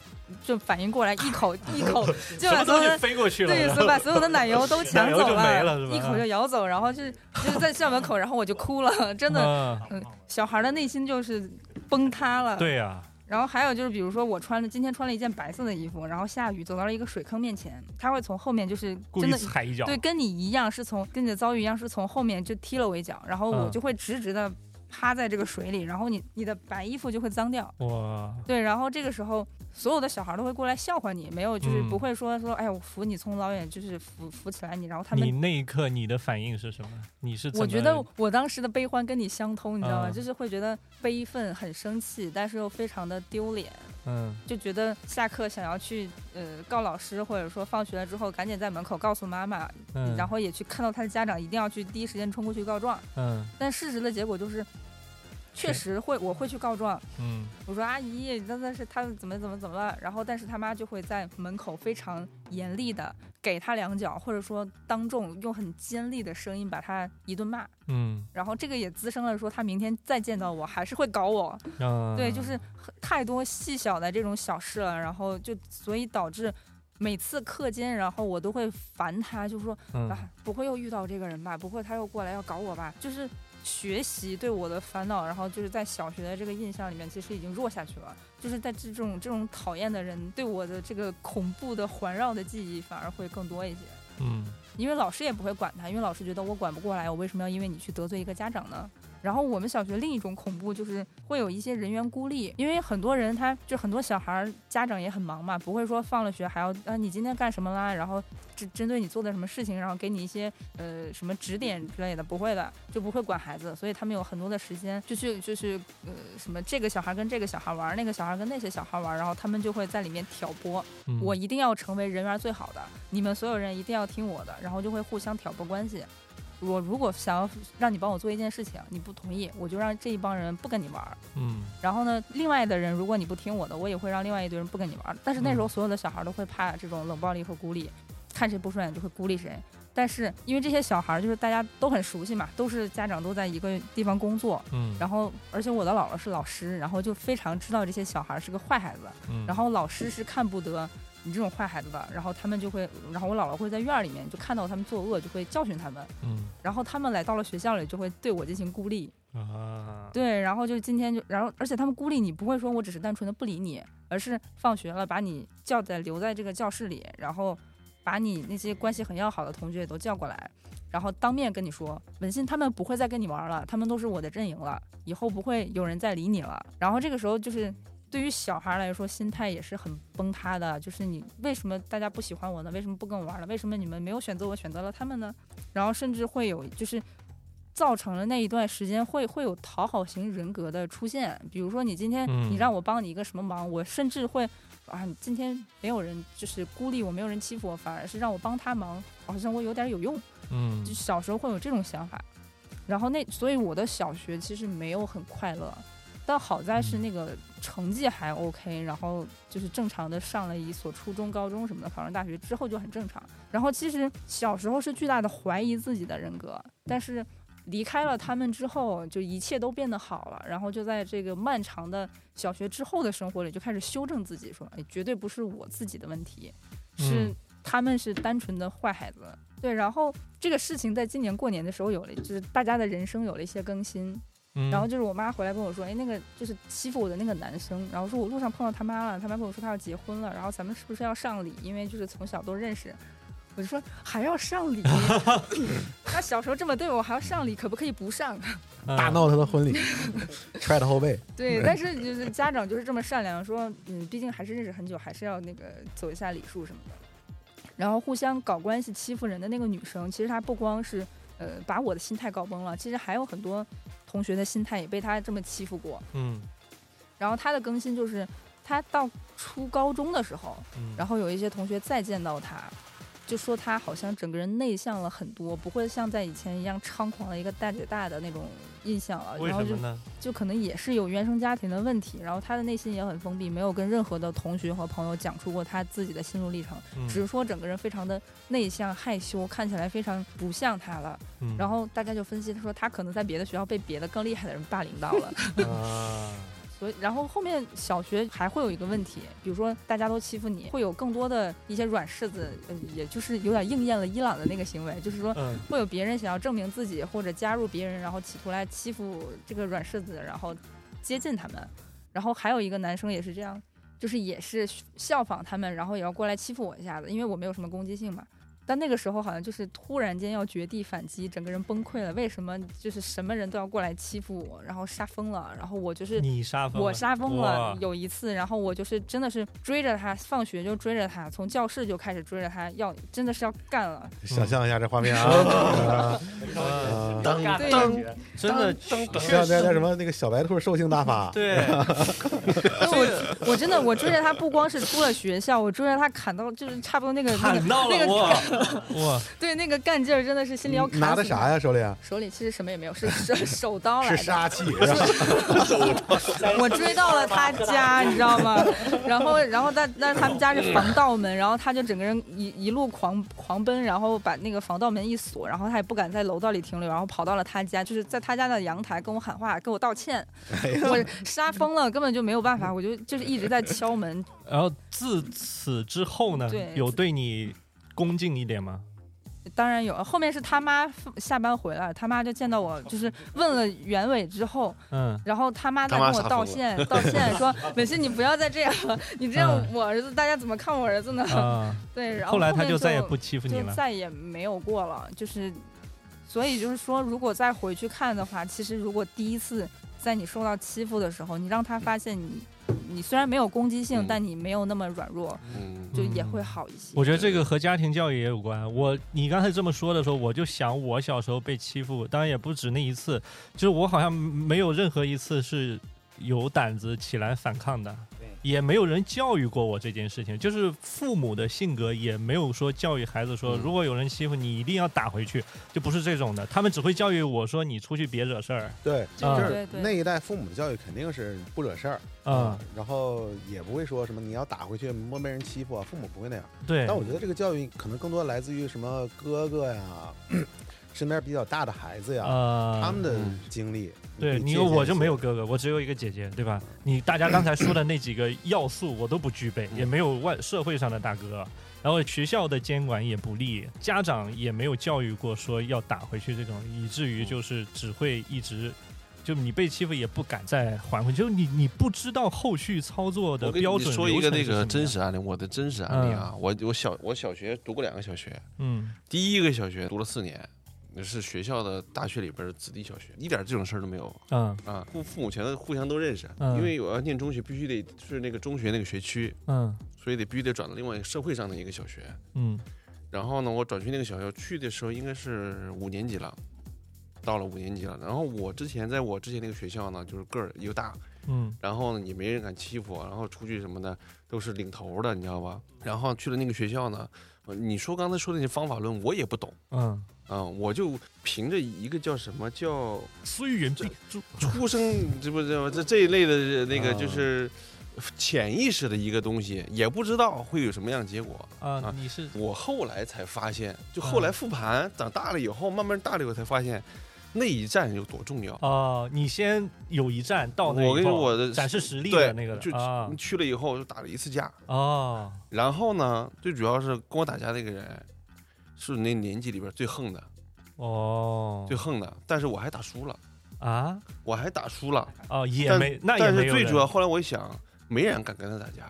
S6: 就反应过来，一 口一口就把所
S1: 什么东
S6: 有
S1: 西
S6: 的
S1: 飞过去了，
S6: 对，所以把所有的奶油都抢
S1: 奶油
S6: 走
S1: 就没了是吧
S6: 一口就咬走，然后就是就是在校门口，然后我就哭了， 真的
S1: 啊，
S6: 嗯，小孩的内心就是崩塌了。
S1: 对啊呀、
S6: 然后还有就是，比如说我穿了今天穿了一件白色的衣服，然后下雨走到了一个水坑面前，他会从后面就是
S1: 故
S6: 真
S1: 意
S6: 的
S1: 踩一脚
S6: 对，跟你一样是从跟你的遭遇一样是从后面就踢了我一脚，然后我
S1: 嗯
S6: 就会直直的趴在这个水里，然后你你的白衣服就会脏
S1: 哦
S6: 掉。
S1: 哇，
S6: 对，然后这个时候所有的小孩都会过来笑话你，没有就是
S1: 嗯
S6: 不会说说哎呀我扶你从老远就是扶扶起来你，然后他
S1: 你
S6: 们。
S1: 那一刻你的反应是什么？你是怎
S6: 我
S1: 么
S6: 觉得我当时的悲欢跟你相通，你知道吗？
S1: 嗯
S6: 就是会觉得悲愤、很生气，但是又非常的丢脸。
S1: 嗯
S6: 就觉得下课想要去呃告老师，或者说放学了之后赶紧在门口告诉妈妈，
S1: 嗯
S6: 然后也去看到他的家长，一定要去第一时间冲过去告状。
S1: 嗯
S6: 但事实的结果就是，确实会我会去告状，
S1: 嗯
S6: 我说阿姨，那那是他怎么怎么怎么了，然后但是他妈就会在门口非常严厉的给他两脚，或者说当众用很尖利的声音把他一顿骂。
S1: 嗯
S6: 然后这个也滋生了说他明天再见到我还是会搞我，
S1: 啊，
S6: 对，就是很太多细小的这种小事了，然后就所以导致每次课间，然后我都会烦他，就说、
S1: 嗯
S6: 啊，不会又遇到这个人吧？不会他又过来要搞我吧？就是学习对我的烦恼，然后就是在小学的这个印象里面，其实已经弱下去了。就是在这种这种讨厌的人对我的这个恐怖的环绕的记忆反而会更多一些。
S1: 嗯
S6: 因为老师也不会管他，因为老师觉得我管不过来，我为什么要因为你去得罪一个家长呢？然后我们小学另一种恐怖就是会有一些人员孤立，因为很多人他就很多小孩儿家长也很忙嘛，不会说放了学还要啊你今天干什么啦，然后针针对你做的什么事情，然后给你一些呃什么指点之类的，不会的，就不会管孩子，所以他们有很多的时间就去就去呃什么这个小孩跟这个小孩玩儿，那个小孩跟那些小孩玩儿，然后他们就会在里面挑拨，
S1: 嗯
S6: 我一定要成为人缘最好的，你们所有人一定要听我的，然后就会互相挑拨关系。我如果想要让你帮我做一件事情，你不同意，我就让这一帮人不跟你玩儿。
S1: 嗯
S6: 然后呢，另外的人如果你不听我的，我也会让另外一堆人不跟你玩儿。但是那
S1: 嗯
S6: 时候所有的小孩都会怕这种冷暴力和孤立，看谁不顺眼就会孤立谁。但是因为这些小孩儿就是大家都很熟悉嘛，都是家长都在一个地方工作，
S1: 嗯
S6: 然后而且我的姥姥是老师，然后就非常知道这些小孩儿是个坏孩子，
S1: 嗯
S6: 然后老师是看不得你这种坏孩子的，然后他们就会，然后我姥姥会在院儿里面就看到他们作恶，就会教训他们，
S1: 嗯
S6: 然后他们来到了学校里就会对我进行孤立，
S7: 嗯
S1: 啊，
S6: 对，然后就今天就，然后而且他们孤立你，不会说我只是单纯的不理你，而是放学了把你叫在留在这个教室里，然后把你那些关系很要好的同学也都叫过来，然后当面跟你说，文信他们不会再跟你玩了，他们都是我的阵营了，以后不会有人再理你了。然后这个时候就是。对于小孩来说，心态也是很崩塌的。就是你为什么大家不喜欢我呢？为什么不跟我玩了？为什么你们没有选择我，选择了他们呢？然后甚至会有，就是造成了那一段时间会会有讨好型人格的出现。比如说，你今天
S1: 嗯
S6: 你让我帮你一个什么忙，我甚至会啊，你今天没有人就是孤立我，没有人欺负我，反而是让我帮他忙，好像我有点有用。
S1: 嗯
S6: 就小时候会有这种想法。然后那所以我的小学其实没有很快乐，但好在是那个成绩还 OK，然后就是正常的上了一所初中、高中什么的，考上大学之后就很正常。然后其实小时候是巨大的怀疑自己的人格，但是离开了他们之后，就一切都变得好了。然后就在这个漫长的小学之后的生活里，就开始修正自己，说：“哎，绝对不是我自己的问题，是
S1: 嗯
S6: 他们是单纯的坏孩子。”对，然后这个事情在今年过年的时候有了，就是大家的人生有了一些更新。
S1: 嗯
S6: 然后就是我妈回来跟我说，哎，那个就是欺负我的那个男生，然后说我路上碰到他妈了，他妈跟我说他要结婚了，然后咱们是不是要上礼？因为就是从小都认识。 我就说还要上礼， 他小时候这么对我，还要上礼，可不可以不上？
S5: 啊
S8: 大闹他的婚礼，踹他后背。
S6: 对，但是就是家长就是这么善良，说嗯，毕竟还是认识很久，还是要那个走一下礼数什么的。然后互相搞关系欺负人的那个女生，其实她不光是呃把我的心态搞崩了，其实还有很多同学的心态也被她这么欺负过。
S1: 嗯
S6: 然后他的更新就是他到初高中的时候，
S1: 嗯
S6: 然后有一些同学再见到他，就说他好像整个人内向了很多，不会像在以前一样猖狂的一个大姐大的那种印象了。
S1: 为
S6: 然后
S1: 什
S6: 就
S1: 么呢
S6: 就可能也是有原生家庭的问题，然后他的内心也很封闭，没有跟任何的同学和朋友讲出过他自己的心路历程，
S1: 嗯
S6: 只是说整个人非常的内向害羞，看起来非常不像他了。
S1: 嗯
S6: 然后大家就分析，他说他可能在别的学校被别的更厉害的人霸凌到 了。
S1: 啊，
S6: 所以，然后后面小学还会有一个问题，比如说大家都欺负你，会有更多的一些软柿子，呃也就是有点应验了伊朗的那个行为，就是说
S1: 嗯
S6: 会有别人想要证明自己或者加入别人，然后企图来欺负这个软柿子，然后接近他们。然后还有一个男生也是这样，就是也是效仿他们，然后也要过来欺负我一下子，因为我没有什么攻击性嘛。但那个时候好像就是突然间要绝地反击，整个人崩溃了。为什么就是什么人都要过来欺负我，然后杀疯了，然后我就是
S1: 你杀疯了
S6: 我杀疯了
S1: 哇。
S6: 有一次，然后我就是真的是追着他，放学就追着他，从教室就开始追着他，要真的是要干了。
S8: 想
S1: 嗯
S8: 象一下这画面啊，
S1: 啊
S8: 当
S6: 干的
S8: 当
S6: 感觉，
S1: 真的当
S8: 像那叫什么那个小白兔兽性大发，
S1: 对，
S6: 我真的我追着他，不光是出了学校，我追着他砍到就是差不多那个那
S1: 砍
S6: 个
S1: 到
S6: 那
S1: 了
S6: 个
S1: 我
S6: 干，
S1: 我
S6: 对那个干劲儿真的是心里要砍
S8: 嗯拿的
S6: 死
S8: 啥呀手里？啊
S6: 手里其实什么也没有，是手手刀来
S8: 是
S6: 的。
S8: 杀 气是吧？
S6: 我追到了他家，你知道吗？然后，然后但但是他们家是防盗门，然后他就整个人一一路狂狂奔，然后把那个防盗门一锁，然后他也不敢在楼道里停留，然后跑到了他家，就是在他家的阳台跟我喊话，跟我道歉。
S8: 哎
S6: 我杀疯了，根本就没有办法，我就就是一直在敲门。
S1: 然后自此之后呢
S6: 对，
S1: 有对你恭敬一点吗？
S6: 当然有，后面是他妈下班回来，他妈就见到我，就是问了原委之后，
S1: 嗯
S6: 然后他妈再
S1: 他妈
S6: 跟我
S1: 杀
S6: 道
S1: 疯
S6: 歉
S1: 了
S6: 道歉，说美心你不要再这样 了，你这样
S1: 嗯
S6: 我儿子、大家怎么看我儿子呢？
S1: 啊
S6: 对，然后
S1: 后来他
S6: 面
S1: 就
S6: 就
S1: 再也不欺负你了
S6: 就再也没有过了。就是，所以就是说，如果再回去看的话，其实如果第一次在你受到欺负的时候，你让他发现你，你虽然没有攻击性，
S1: 嗯
S6: 但你没有那么软弱，就也会好一些。
S1: 我觉得这个和家庭教育也有关。我你刚才这么说的时候，我就想我小时候被欺负，当然也不止那一次，就是我好像没有任何一次是有胆子起来反抗的，也没有人教育过我这件事情。就是父母的性格也没有说教育孩子
S8: 嗯
S1: 说，如果有人欺负你，一定要打回去，就不是这种的。他们只会教育我说你出去别惹事儿。
S8: 对，就
S1: 啊
S8: 是那一代父母的教育肯定是不惹事儿
S6: 嗯
S8: 嗯
S1: 啊，
S8: 然后也不会说什么你要打回去莫被人欺负啊，父母不会那样。
S1: 对
S8: 但我觉得这个教育可能更多来自于什么哥哥呀， 身边比较大的孩子呀，
S6: 嗯
S1: 啊
S8: 他们的
S4: 嗯
S8: 经历。
S1: 对你有我就没有哥哥，我只有一个姐姐，对吧？你大家刚才说的那几个要素我都不具备，
S8: 嗯
S1: 也没有外社会上的大哥，然后学校的监管也不力，家长也没有教育过说要打回去这种，以至
S8: 嗯
S1: 于就是只会一直。就你被欺负也不敢再还回去，就你你不知道后续操作的
S4: 我跟
S1: 标
S4: 你
S1: 准。
S4: 说一个那个真实案例，我的真实案例啊，
S1: 嗯
S4: 我我小我小学读过两个小学，
S1: 嗯，
S4: 第一个小学读了四年，那是学校的大学里边的子弟小学，一点这种事儿都没有。
S1: 嗯
S4: 啊，父父母全都互相都认识，
S1: 嗯
S4: 因为我要念中学，必须得是那个中学那个学区，
S1: 嗯
S4: 所以得必须得转到另外一个社会上的一个小学。
S1: 嗯
S4: 然后呢，我转去那个小学，去的时候应该是五年级了，到了五年级了。然后我之前在我之前那个学校呢，就是个儿又大，
S1: 嗯
S4: 然后呢也没人敢欺负我，然后出去什么的都是领头的，你知道吧？然后去了那个学校呢，呃你说刚才说的那些方法论我也不懂，
S1: 嗯
S4: 啊、我就凭着一个叫什么叫
S1: 虽远必诛，
S4: 出生这不这这这一类的那个
S1: 啊
S4: 就是潜意识的一个东西，也不知道会有什么样的结果
S1: 啊你是啊
S4: 我后来才发现，就后来复盘，长大了以后，慢慢大了以后才发现，那一战有多重要。
S1: 哦，你先有一站到那以后，
S4: 我跟我的
S1: 展示实力
S4: 对
S1: 的那个
S4: 就
S1: 啊
S4: 去了以后就打了一次架，
S1: 哦
S4: 然后呢，最主要是跟我打架那个人是那年级里边最横的，
S1: 哦
S4: 最横的，但是我还打输了，
S1: 啊
S4: 我还打输了。
S1: 哦也
S4: 但
S1: 没那也
S4: 但
S1: 没
S4: 是
S1: 有
S4: 最
S6: 嗯
S10: 嗯
S1: 人
S8: 嗯
S4: 主要，后来我一想，没人敢跟他打架，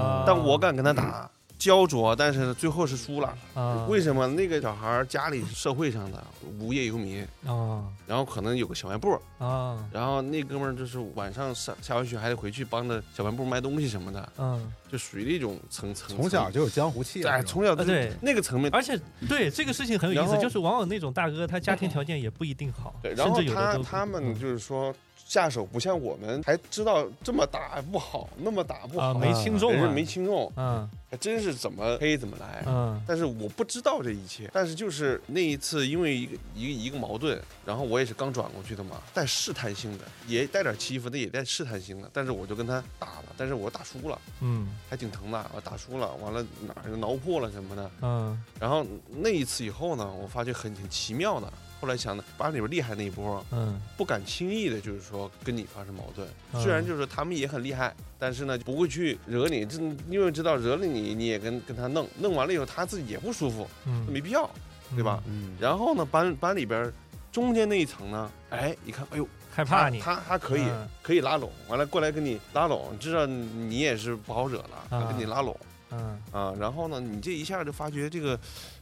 S1: 啊
S4: 但我敢跟他打，焦灼，但是最后是输了。
S1: 啊
S4: 为什么？那个小孩儿家里是社会上的无业游民，
S1: 啊
S4: 然后可能有个小卖部，
S1: 啊
S4: 然后那哥们儿就是晚上上下完学还得回去帮着小卖部卖东西什么的，
S1: 嗯，
S4: 就属于那种层层。
S10: 从小就有江湖气了
S4: 对，
S10: 是吧
S4: 从小就
S1: 啊对
S4: 那个层面，
S1: 而且对这个事情很有意
S4: 然
S1: 思，
S4: 后
S1: 就是往往那种大哥他家庭条件也不一定好，
S4: 对，然
S1: 甚
S4: 后
S1: 至有的
S4: 他
S1: 都嗯
S4: 他们就是说下手不像我们，还知道这么打不好，那么打不好，
S1: 啊没轻重啊
S4: 人家没轻重，
S1: 嗯，
S4: 还真是怎么黑怎么来，
S1: 嗯
S4: 但是我不知道这一切，但是就是那一次，因为一个一个一个矛盾，然后我也是刚转过去的嘛，带试探性的，也带点欺负的，也带试探性的，但是我就跟他打了，但是我打输了，
S1: 嗯
S4: 还挺疼的，我打输了，完了哪儿就挠破了什么的，
S1: 嗯
S4: 然后那一次以后呢，我发觉很挺奇妙的。后来想的，班里边厉害那一波，
S1: 嗯，
S4: 不敢轻易的，就是说跟你发生矛盾。
S1: 嗯
S4: 虽然就是他们也很厉害，但是呢，不会去惹你，这因为知道惹了你，你也跟跟他弄，弄完了以后他自己也不舒服，
S1: 嗯
S4: 没必要，对吧？
S10: 嗯。
S4: 然后呢，班班里边中间那一层呢，哎，一看，哎呦，
S1: 害怕你
S4: 他他他可以、
S1: 嗯
S4: 可以拉拢，完了过来跟你拉拢，知道你也是不好惹了，
S1: 啊
S4: 他跟你拉拢。
S1: 嗯
S4: 啊，然后呢，你这一下就发觉这个，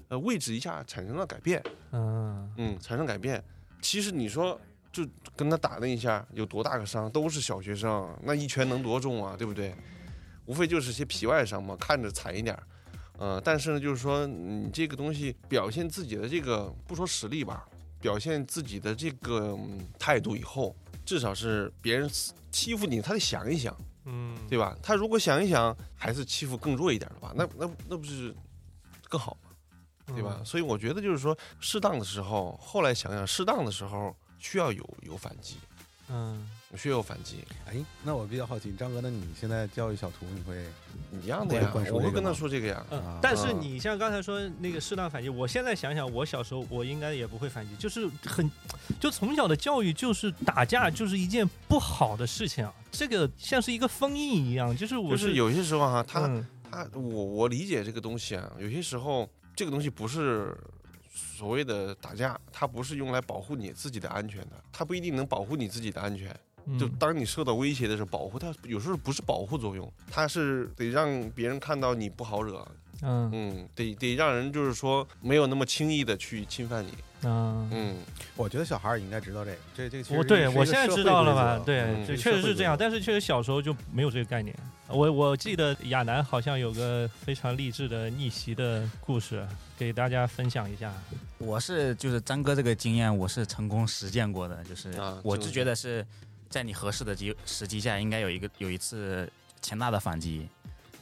S4: 呃，位置一下产生了改变，
S1: 嗯
S4: 嗯，产生改变。其实你说就跟他打那一下有多大个伤，都是小学生，那一拳能多重啊，对不对？无非就是些皮外伤嘛，看着惨一点儿，呃，但是呢，就是说你这个东西表现自己的这个，不说实力吧，表现自己的这个、嗯态度以后，至少是别人欺负你，他得想一想，
S1: 嗯，
S4: 对吧？他如果想一想，还是欺负更弱一点的话，那那那不是更好吗？对吧？所以我觉得就是说，适当的时候，后来想想，适当的时候需要有有反击，
S1: 嗯，
S4: 需要有反击，
S10: 哎，那我比较好奇，张哥，那你现在教育小图，你会
S4: 一样的呀
S10: 灌。输
S4: 我会
S10: 这个
S4: 跟他
S10: 吗
S4: 说这个呀。
S8: 啊
S1: 嗯，但是你像刚才说那个适当反击，我现在想想，我小时候我应该也不会反击，就是很，就从小的教育就是打架就是一件不好的事情啊，这个像是一个封印一样，就是我
S4: 就是是有些时候啊哈、他、
S1: 嗯
S4: 他我我理解这个东西啊，有些时候这个东西不是所谓的打架，它不是用来保护你自己的安全的，它不一定能保护你自己的安全。就
S1: 嗯
S4: 当你受到威胁的时候，保护它有时候不是保护作用，它是得让别人看到你不好惹，
S1: 嗯
S4: 嗯，得得让人就是说没有那么轻易的去侵犯你，
S1: 嗯，
S4: 嗯，
S10: 我觉得小孩儿也应该知道这个，这这其实
S1: 我对
S10: 是一个
S1: 我现在
S10: 社会
S1: 知道了
S10: 规
S1: 吧？
S10: 则
S1: 对
S4: 嗯，
S1: 这
S10: 是
S1: 确实
S10: 社会规
S1: 是这样，
S10: 则
S1: 但是确实小时候就没有这个概念。我我记得亚楠好像有个非常励志的逆袭的故事，给大家分享一下。
S2: 我是就是张哥这个经验，我是成功实践过的，就是
S4: 啊
S2: 我
S4: 这
S2: 就
S4: 个
S2: 觉得是在你合适的机时机下，应该有一个有一次强大的反击。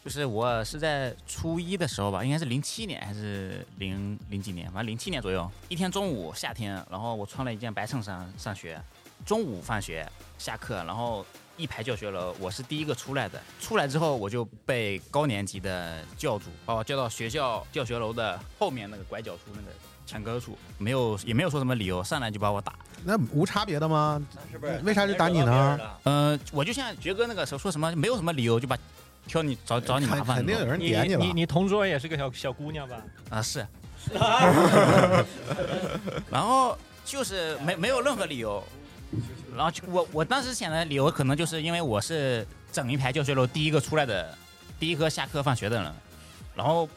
S2: 就是我是在初一的时候吧，应该是零七年还是零零几年，反正零七年左右。一天中午，夏天，然后我穿了一件白衬衫上学，中午放学下课，然后一排教学楼，我是第一个出来的。出来之后，我就被高年级的教主把我叫到学校教学楼的后面那个拐角处那个墙根处，没有也没有说什么理由，上来就把我打。
S10: 那无差别的吗？
S3: 是不是？
S10: 为啥就打你呢？
S2: 呃，我就像爵哥那个时候说什么，没有什么理由就把挑你找找你麻
S10: 肯
S2: 烦，
S10: 肯定有人
S1: 你
S10: 点
S1: 你
S10: 了
S1: 你。你同桌也是个小小姑娘吧？
S2: 啊 是。然后就是没没有任何理由，然后就我我当时想的理由可能就是因为我是整一排教学楼第一个出来的，第一个下课放学的人，然后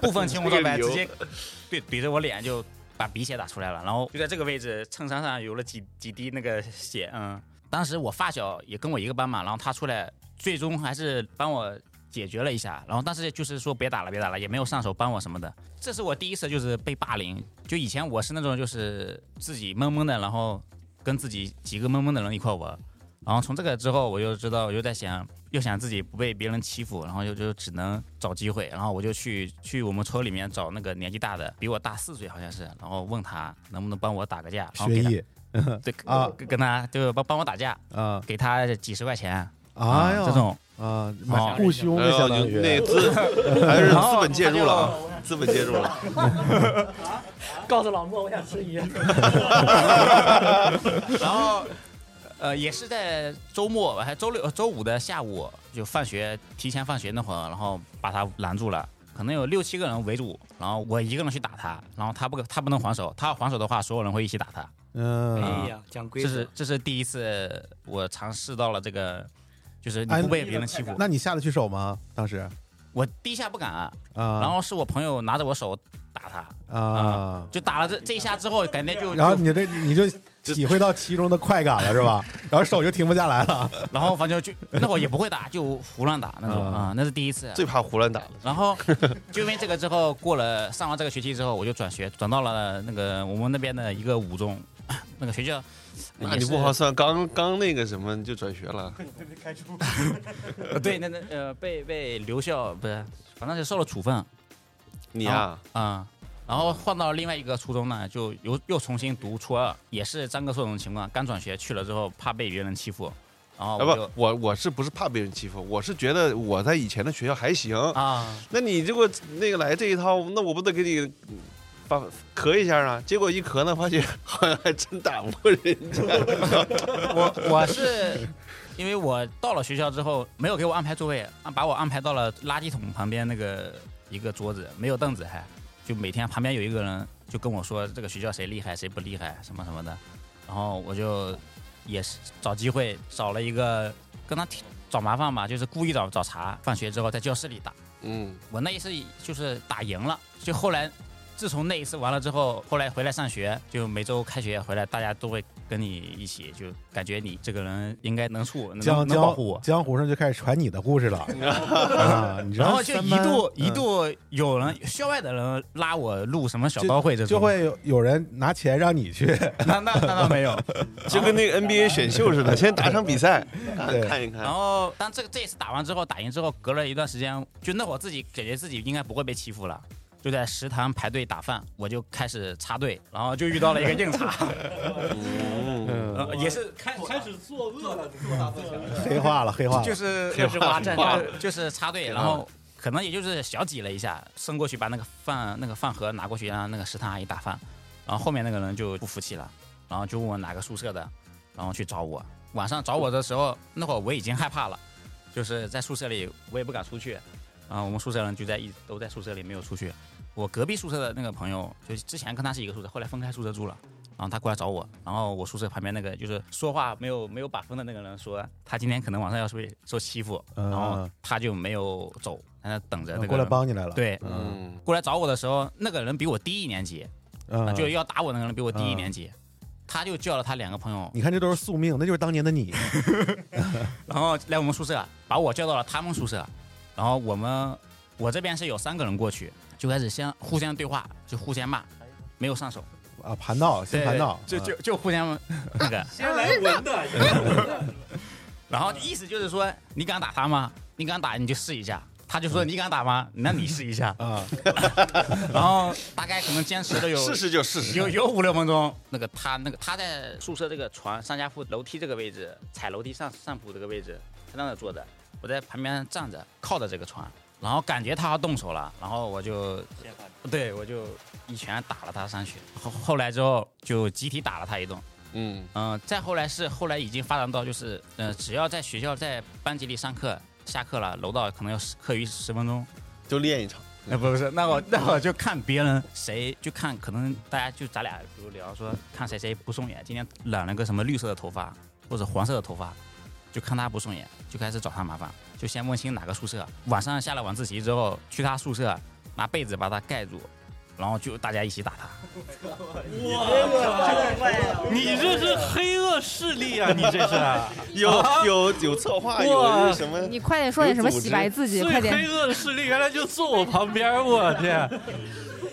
S2: 不 分青红皂白
S4: 这个
S2: 直
S4: 理由
S2: 接对怼着我脸就把鼻血打出来了，然后就在这个位置衬衫上有了几几滴那个血，嗯，当时我发小也跟我一个班嘛，然后他出来最终还是帮我解决了一下，然后但是就是说别打了别打了，也没有上手帮我什么的，这是我第一次就是被霸凌，就以前我是那种就是自己懵懵的，然后跟自己几个懵懵的人一块玩，然后从这个之后我就知道，我就在想，又想自己不被别人欺负，然后就就只能找机会，然后我就去去我们村里面找那个年纪大的，比我大四岁好像是，然后问他能不能帮我打个架，然后
S10: 学
S2: 给他
S10: 艺
S2: 对
S10: 啊
S2: 跟跟他就帮帮我打架，
S10: 啊
S2: 给他几十块钱
S10: 哎
S2: 这
S10: 呦
S2: 种，
S10: 啊，
S2: 哦
S10: 买雇凶
S4: 然
S10: 的
S4: 后
S10: 相
S4: 就
S10: 当于
S4: 哎那资还是资本介入了 啊，资本介入了。
S5: 告诉老莫，我想吃鱼。
S2: 然 后，呃，也是在周末吧，还周六、呃周五的下午，就放学提前放学那会儿，然后把他拦住了。可能有六七个人围住，然后我一个人去打他，然后他不他不能还手，他要还手的话，所有人会一起打他。
S10: 嗯，
S2: 嗯
S5: 哎呀，讲规
S2: 这
S5: 则
S2: 是。这是第一次我尝试到了这个，就是你
S10: 哎
S2: 不被别人欺负。
S10: 那你下得去手吗？当时
S2: 我第一下不敢，
S10: 啊
S2: 然后是我朋友拿着我手打他，
S10: 啊，
S2: 就打了这这一下之后，感觉就
S10: 然后你这你就体会到其中的快感了 是吧？然后手就停不下来了。
S2: 然后反正就那会儿也不会打，就胡乱打那种
S10: 啊
S2: 啊、那是第一次。
S4: 最怕胡乱打了。
S2: 然后 就因为这个之后，过了上完这个学期之后，我就转学，转到了那个我们那边的一个五中， 那个学校。
S4: 那
S2: 也
S4: 你
S2: 是
S4: 不好算，刚刚那个什么你就转学了，
S9: 开除。
S2: 呃 对，那那呃被被留校不是，反正就受了处分。
S4: 你呀
S2: 然后啊、然后换到另外一个初中呢，就又又重新读初二，也是张哥说这种情况，刚转学去了之后怕被别人欺负，然后
S4: 啊
S2: 我就
S4: 不，我我是不是怕被人欺负？我是觉得我在以前的学校还行
S2: 啊。
S4: 那你这个那个来这一套，那我不得给你嗯把咳一下啊？结果一咳呢，发现 好像还真打不过人家。
S2: 我我是因为我到了学校之后，没有给我安排座位，啊把我安排到了垃圾桶旁边那个一个桌子，没有凳子还，就每天旁边有一个人就跟我说这个学校谁厉害谁不厉害什么什么的，然后我就也是找机会找了一个跟他挺找麻烦吧，就是故意找找茬，放学之后在教室里打。
S4: 嗯，
S2: 我那一次就是打赢了，就后来，自从那一次完了之后，后来回来上学，就每周开学回来，大家都会跟你一起，就感觉你这个人应该能处，
S10: 江
S2: 能能保
S10: 江
S2: 护我。
S10: 江湖上就开始传你的故 事了啊！你知道
S2: 然后就
S10: 三
S2: 一
S10: 班
S2: 度
S10: 嗯
S2: 一度有人校外的人拉我录什么小刀会这种，
S10: 就会有有人拿钱让你去，
S2: 那那那倒没有，
S4: 就跟那个 NBA 选秀似的，先打场比赛，
S10: 对
S4: 看一看。
S2: 然后，但这个这一次打完之后，打赢之后，隔了一段时间，就那会儿自己感觉自己应该不会被欺负了，就在食堂排队打饭，我就开始插队，然后就遇到了一个硬茬，呃也是开开始作恶了，做大做 强，
S10: 黑化了黑化了
S2: 就是
S10: 黑化了 黑化了
S2: 就是插队，
S10: 黑化
S2: 然
S10: 了
S2: 后可能也就是小挤了一下，伸过去把那个饭那个饭盒拿过去，让那个食堂阿姨打饭，然后后面那个人就不服气了，然后就问我哪个宿舍的，然后去找我。晚上找我的时候，那会儿我已经害怕了，就是在宿舍里我也不敢出去，啊，我们宿舍人就在一都在宿舍里没有出去。我隔壁宿舍的那个朋友，就是之前跟他是一个宿舍，后来分开宿舍住了。然后他过来找我，然后我宿舍旁边那个就是说话没有没有把风的那个人说，他今天可能晚上要被受欺负，
S10: 嗯
S2: 然后他就没有走，在那等着那个
S10: 过来
S2: 人
S10: 帮你来了
S2: 对，
S10: 嗯
S2: 过来找我的时候，那个人比我低一年级，
S10: 嗯
S2: 啊就要打 我那个人比我低一
S10: 嗯
S2: 年级，他就叫了他两个朋友，
S10: 你看这都是宿命，那就是当年的你。
S2: 然后来我们宿舍，把我叫到了他们宿舍，然后我们我这边是有三个人过去，就开始先互相对话，就互相骂，没有上手，
S10: 啊，盘道先
S2: 对
S10: 盘道，
S2: 就
S10: 啊
S2: 就就互相那 个，
S9: 先来文 的，一个文的
S2: 然后意思就是说你敢打他吗？你敢打你就试一下。他就说你敢打吗？那你试一下
S10: 啊。
S2: 然后大概可能坚持了有
S4: 试试就试试
S2: 有有五六分钟。那个他那个他在宿舍这个床上下铺楼梯这个位置，踩楼梯上上铺这个位置，他在那坐着，我在旁边站着，靠着这个床，然后感觉他要动手了，然后我就对我就一拳打了他上去。后后来之后就集体打了他一顿。
S4: 嗯
S2: 嗯、再后来是后来已经发展到就是，呃，只要在学校在班级里上课，下课了，楼道可能要十课余十分钟，
S4: 就练一场。
S2: 那、不是，那我那我就看别人谁，就看可能大家就咱俩比如聊说看谁谁不顺眼，今天染了个什么绿色的头发或者黄色的头发，就看他不顺眼，就开始找他麻烦，就先问清哪个宿舍。晚上下了晚自习之后，去他宿舍拿被子把他盖住，然后就大家一起打他。
S13: 哎啊
S1: 你这是黑恶势力啊！你这是
S4: 有有有策划，有
S1: 哇
S4: 有什么？
S6: 你快点说点什么洗白自己，快
S1: 最
S6: 点
S1: 黑！恶的势力原来就坐我旁边儿，我天！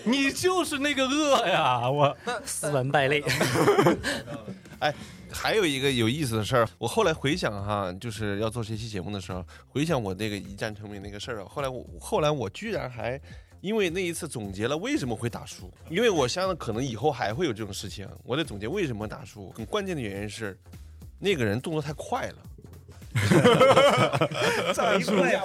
S1: 你就是那个恶呀！我
S5: 斯文败类。
S4: 哎，还有一个有意思的事儿，我后来回想哈，就是要做这期节目的时候，回想我那个一战成名那个事儿啊，后来我后来我居然还。因为那一次总结了为什么会打输，因为我相信可能以后还会有这种事情，我得总结为什么打输。很关键的原因是，那个人动作太快了。
S2: 战术
S4: 啊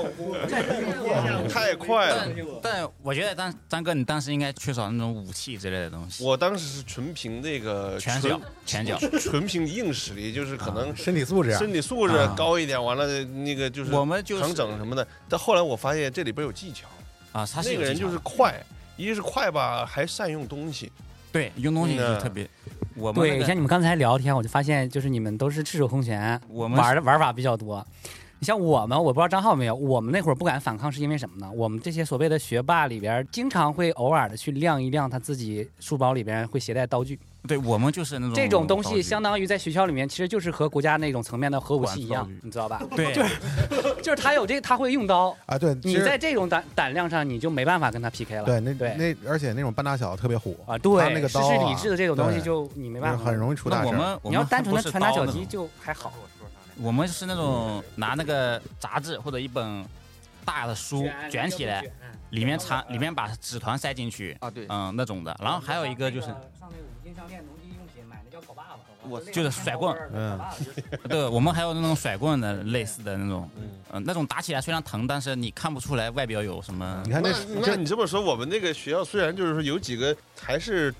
S4: 太快了
S2: 但但我觉得张张哥，你当时应该缺少那种武器之类的东西。
S4: 我当时是纯凭这个
S2: 拳
S4: 纯
S2: 脚拳脚
S4: 纯凭硬实力，就是可能
S10: 啊身体素质
S4: 身体素质
S10: 啊
S4: 高一点，完了那个就是
S2: 我们就是
S4: 扛整什么的。但后来我发现这里边有技巧
S2: 啊，他是
S4: 那
S2: 有
S4: 个人
S2: 技巧
S4: 就是
S2: 的
S4: 快，一是快吧，还善用东西。嗯啊
S2: 对，用
S5: 嗯
S2: 东西就特别。我们那
S5: 对，
S2: 个
S5: 像你们刚才聊天，我就发现，就是你们都是赤手空拳，
S2: 我们
S5: 玩的玩法比较多。你像我们，我不知道张浩没有，我们那会儿不敢反抗是因为什么呢？我们这些所谓的学霸里边，经常会偶尔的去亮一亮他自己书包里边会携带刀具。
S2: 对我们就是那种
S5: 这种东西，
S2: 相
S5: 相当于在学校里面，其实就是和国家那种层面的核武器一样
S2: 管道具，
S5: 你知道吧？
S2: 对
S5: 就是就是他有这个，他会用刀
S10: 啊，对，其
S5: 你
S10: 实
S5: 在这种胆胆量上，你就没办法跟他 PK 了。
S10: 对那
S5: 对
S10: 那而且那种半大小特别火
S5: 啊，
S10: 他
S5: 对，
S10: 那个
S5: 失
S10: 刀
S5: 去
S10: 啊
S5: 理智的这种东西
S10: 对
S5: 就你没办法，
S10: 很容易出大
S2: 那
S10: 事
S2: 我
S10: 儿。
S2: 们我
S5: 你要
S2: 们
S5: 单纯的
S2: 不是
S5: 传达
S2: 刀
S5: 手
S2: 那
S5: 机
S2: 种
S5: 就还好。
S2: 我们是那种拿那个杂志或者一本大的书卷起来，
S5: 嗯
S2: 里面藏里面把纸团塞进去
S11: 啊，对，
S2: 嗯那种的。然后还有一个就是
S5: 上那五金商店农机用品买那叫狗爸爸，
S11: 我
S2: 就是甩棍，
S10: 嗯，
S2: 对我们还有那种甩棍的类似的那种，嗯那种打起来虽然疼，但是你看不出来外表有什么
S10: 你。看
S4: 那
S10: 这
S4: 那你这么说，我们那个学校虽然就是说有几个还是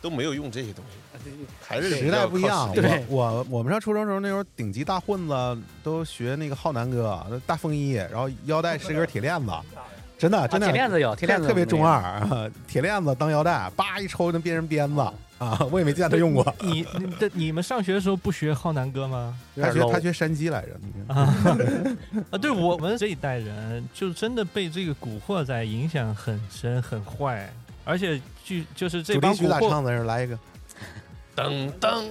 S4: 都没有用这些东
S2: 啊
S4: 西，还是
S10: 时代不一样。
S4: 对，
S10: 我我我们上初中时候那时候顶级大混子都学那个浩南哥，啊那大风衣，然后腰带是根铁链子，真的真的、
S5: 啊铁链子有铁链子
S10: 特别
S5: 没
S10: 中
S5: 有
S10: 二，啊铁链子当腰带，叭一抽能变成鞭子
S5: 嗯
S10: 啊！我也没见他用过。
S1: 你你的你们上学的时候不学浩南哥吗？
S10: 他学他学山鸡来着，你看
S1: 啊， 对我们这一代人，就真的被这个古惑仔影响很深很坏，而且据就是这
S10: 主
S1: 帮
S10: 题
S1: 古
S10: 曲咋
S1: 惑
S10: 唱的时候来一个，
S4: 噔噔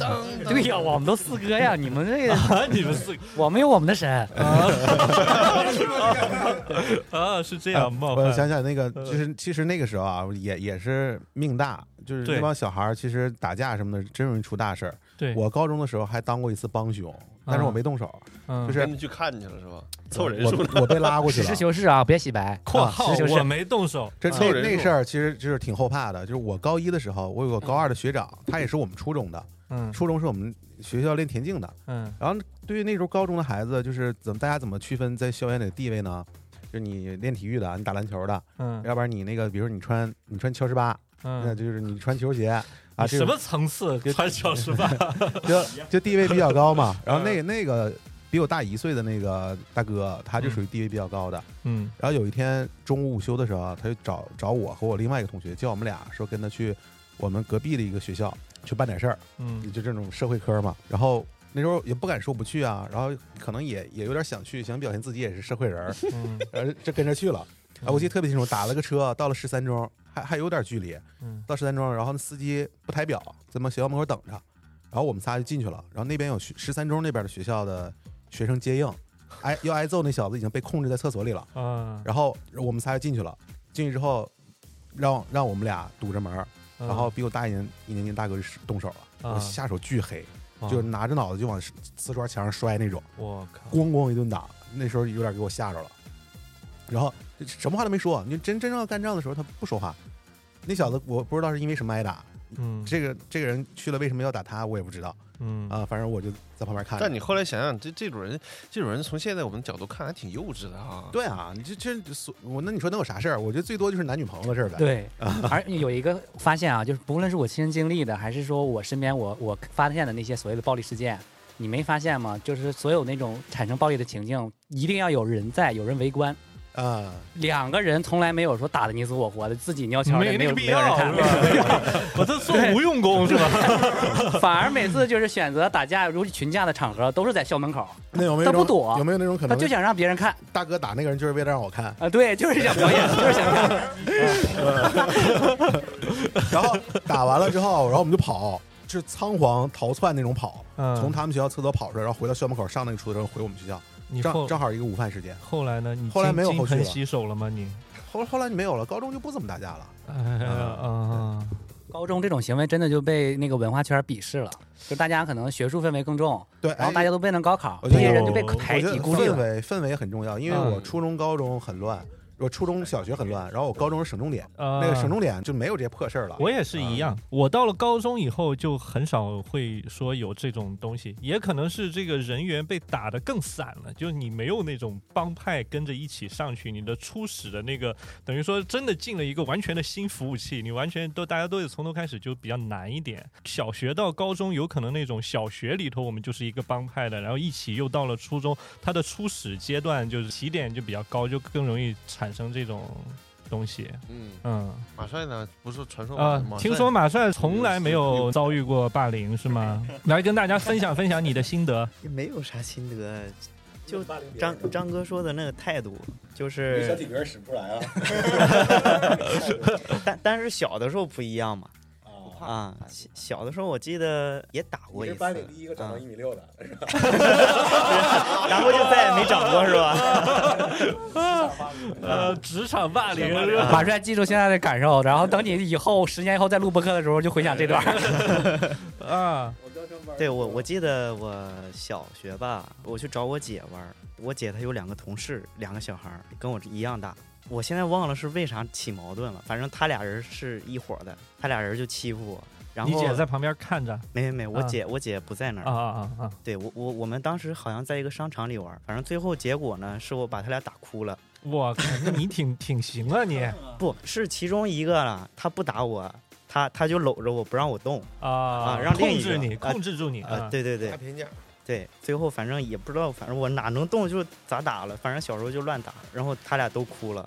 S4: 噔，
S5: 对呀，我们都四哥呀，你们这个，
S1: 啊，你们四个
S5: 我们有我们的神。
S1: 啊是这
S10: 哎
S1: 样冒
S10: 我
S1: 犯，
S10: 想想那个，
S1: 呃
S10: 就是其实那个时候啊，也也是命大，就是
S1: 对
S10: 那帮小孩儿其实打架什么的，真容易出大事儿。
S1: 对，
S10: 我高中的时候还当过一次帮凶，但是我没动手，
S1: 嗯
S10: 就是
S4: 跟着去看去了是吧？凑人数呢，
S10: 我我被拉过去
S5: 实
S10: 了
S5: 事。求是啊，别洗白。
S1: 括
S5: 啊
S1: 号
S5: 实事求
S1: 我
S5: 是。
S1: 没动手，
S10: 这
S4: 凑
S10: 那
S4: 人数
S10: 那事儿其实就是挺后怕的，就是我高一的时候，我有个高二的学长，他也是我们初中的，
S1: 嗯
S10: 初中是我们学校练田径的。
S1: 嗯
S10: 然后对于那时候高中的孩子，就是怎么大家怎么区分在校园里的地位呢？就是你练体育的，你打篮球的，
S1: 嗯
S10: 要不然你那个，比如说你穿你穿乔十八，那
S1: 嗯，
S10: 就是你穿球鞋啊，
S1: 你
S10: 这
S1: 什
S10: 种
S1: 么层次 穿小十八？
S10: 就就地位比较高嘛。然后
S1: 嗯
S10: 那那个比我大一岁的那个大哥，他就属于地位比较高的。
S1: 嗯
S10: 然后有一天中午午休的时候，啊他就找找我和我另外一个同学，叫我们俩说跟他去我们隔壁的一个学校去办点事儿，
S1: 嗯
S10: 就这种社会科嘛。然后那时候也不敢说不去啊，然后可能也也有点想去，想表现自己也是社会人儿，
S1: 嗯
S10: 然后就跟着去了。啊，我记得特别清楚，打了个车到了石三中，还还有点距离，
S1: 嗯
S10: 到石三中，然后那司机不抬表，在我们学校门口等着，然后我们仨就进去了，然后那边有学十三中那边的学校的学生接应，挨要挨揍那小子已经被控制在厕所里了，
S1: 啊，
S10: 然后我们仨就进去了，进去之后让让我们俩堵着门儿，然后比我大一年一年级大哥就动手了，
S1: 嗯啊
S10: 我下手巨黑，
S1: 哇
S10: 就拿着脑子就往瓷砖墙上摔那种。
S1: 我靠，
S10: 咣咣一顿打，那时候有点给我吓着了。然后什么话都没说，你真真正要干仗的时候，他不说话。那小子我不知道是因为什么挨打，
S1: 嗯
S10: 这个这个人去了为什么要打他，我也不知道
S1: 嗯
S10: 啊。反正我就在旁边看着。
S4: 但你后来想想，这这种人，这种人从现在我们角度看还挺幼稚的啊。
S10: 对啊，你这这所我那你说能有啥事儿？我觉得最多就是男女朋友的事儿呗。啊
S5: 对， 而有一个发现啊，就是不论是我亲身经历的，还是说我身边我我发现的那些所谓的暴力事件，你没发现吗？就是所有那种产生暴力的情境，一定要有人在，有人围观。
S10: 啊，
S5: 两个人从来没有说打得你死我活的，自己尿悄的，没
S1: 没那
S5: 有
S1: 个
S5: 没
S1: 必
S5: 有人
S1: 要
S5: 看
S1: 是，吧？ 我这做无用功是吧？
S5: 反而每次就是选择打架，如群架的场合，都是在校门口，
S10: 那有没有
S5: 他
S10: 那
S5: 不
S10: 种
S5: 躲
S10: 有没有那种可
S5: 他
S10: 能？
S5: 就想让别人看
S10: 大哥打那个人就是为了让我 看。
S5: 啊，对，就是想表演，就是想看。
S10: 然后打完了之后，然后我们就跑，就是仓皇逃窜那种跑，
S1: 嗯
S10: 从他们学校厕所跑出来，然后回到校门口上那个出租车回我们学校，
S1: 你
S10: 正
S1: 后
S10: 正好一个午饭时间。
S1: 后来呢？你
S10: 后来没有
S1: 金
S10: 后续
S1: 盆
S10: 了
S1: 洗手了吗？你
S10: 后后来就没有了，高中就不怎么打架了。
S1: 哎呀 啊，
S5: 高中这种行为真的就被那个文化圈鄙视了，就大家可能学术氛围更重，
S10: 对，
S5: 然后
S10: 哎
S5: 大家都被能高考，
S10: 我
S5: 这
S10: 觉得
S5: 些人就被
S1: 我
S5: 排
S10: 我觉得
S5: 挤孤立
S10: 氛
S5: 了。
S10: 围氛围很重要，因为
S1: 哦嗯
S10: 我初中、高中很乱，我初中小学很乱，然后我高中是省重点，
S1: 那
S10: 那个省重点就没有这些破事儿了。
S1: 我也是一
S10: 啊
S1: 样，我到了高中以后就很少会说有这种东西，也可能是这个人员被打得更散了，就是你没有那种帮派跟着一起上去，你的初始的那个等于说真的进了一个完全的新服务器，你完全都大家都得从头开始就比较难一点。小学到高中有可能那种小学里头我们就是一个帮派的，然后一起又到了初中，它的初始阶段就是起点就比较高，就更容易产生这种东西，
S4: 嗯，
S1: 嗯。
S4: 马帅呢？不是传说
S1: 啊，
S4: 吗？
S1: 听说马帅从来没 有遭遇过霸凌是吗？来跟大家分享分享你的心得。
S9: 也没有啥心得，
S13: 就张张哥说的那个态度，就是
S14: 小体格使不出来啊啊
S13: 但但是小的时候不一样嘛。啊，小小的时候我记得也打过一
S14: 你是
S13: 次，
S14: 班里第一个
S10: 嗯
S14: 长到一米六的，是 吧
S13: 然后就再也没长过，是吧？
S1: 呃，职场霸凌是
S5: 马
S1: 吧？
S5: 帅记住现在的感受，然后等你以后十年以后再录播客的时候，就回想这段。
S1: 啊，
S13: 对我我记得我小学吧，我去找我姐玩儿，我姐她有两个同事，两个小孩儿跟我一样大。我现在忘了是为啥起矛盾了，反正他俩人是一伙儿的，他俩人就欺负我。然后
S1: 你姐在旁边看着，
S13: 没没没，我
S1: 啊
S13: 姐、我姐不在那儿
S1: 啊啊啊啊！
S13: 对我我我们当时好像在一个商场里玩儿，反正最后结果呢是我把他俩打哭了。
S1: 我靠，那你挺 挺行啊你！
S13: 不是其中一个了，他不打我，他他就搂着我不让我动
S1: 啊
S13: 让另一
S1: 控制
S13: 个
S1: 你
S13: 啊
S1: 控制住你
S13: 啊
S1: 啊！
S13: 对对对， 对，最后反正也不知道，反正我哪能动就咋打了，反正小时候就乱打，然后他俩都哭了，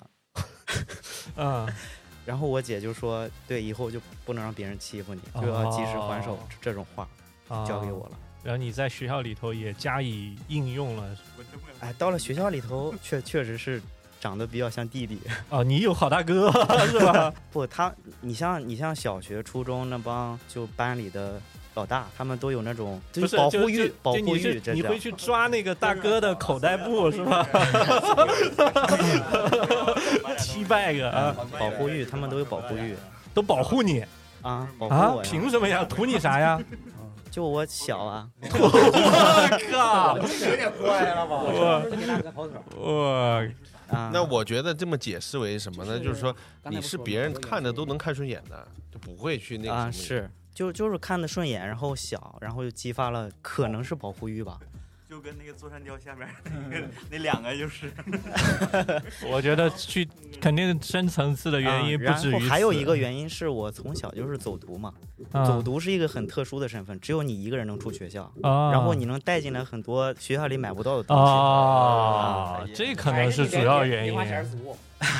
S1: 嗯，
S13: 然后我姐就说，对，以后就不能让别人欺负你，就要及时还手
S1: 哦，
S13: 这种话
S1: 啊
S13: 交给我了。。
S1: 然后你在学校里头也加以应用了
S13: 哎，到了学校里 头，确确实是长得比较像弟弟。
S1: 哦，你有好大哥 是吧？
S13: 不，他，你像你像小学、初中那帮就班里的老大，他们都有那种就
S1: 不
S13: 是
S1: 是
S13: 保
S1: 就
S13: 护
S1: 就
S13: 欲
S1: 就，
S13: 保护
S1: 你
S13: 欲
S1: 是，
S13: 这
S1: 你
S13: 叫
S1: 会去抓那个大哥的口袋布是吧？七败个啊，
S13: 保护欲，他们都有保护欲，
S1: 哎都保护你
S13: 啊，保
S1: 啊
S13: 护我，呀。嗯
S1: 凭什么呀？图你 啥呀？
S13: 就我小 啊，
S1: 我靠，
S14: 有点怪了吧
S1: 我
S4: 那我觉得这么解释为什么呢？
S13: 是
S4: 就是说
S13: 刚才
S4: 你
S13: 不
S4: 是
S13: 说
S4: 别
S13: 吗
S4: 人看着都能看顺眼的，就不会去那 个
S13: 啊，
S4: 什么
S13: 是，就就是看得顺眼，然后小，然后就激发了可能是保护欲吧。
S9: 就跟那个座山雕下面那 个那两个 就是，
S1: 我觉得去肯定深层次的原因
S13: 啊
S1: 不止于
S13: 然后
S1: 此
S13: 还有一个原因是我从小就是走读嘛，
S1: 啊
S13: 走读是一个很特殊的身份，只有你一个人能出学校，
S1: 啊
S13: 然后你能带进来很多学校里买不到的东西。啊
S1: 哦，这可能是主要原因。
S13: 足。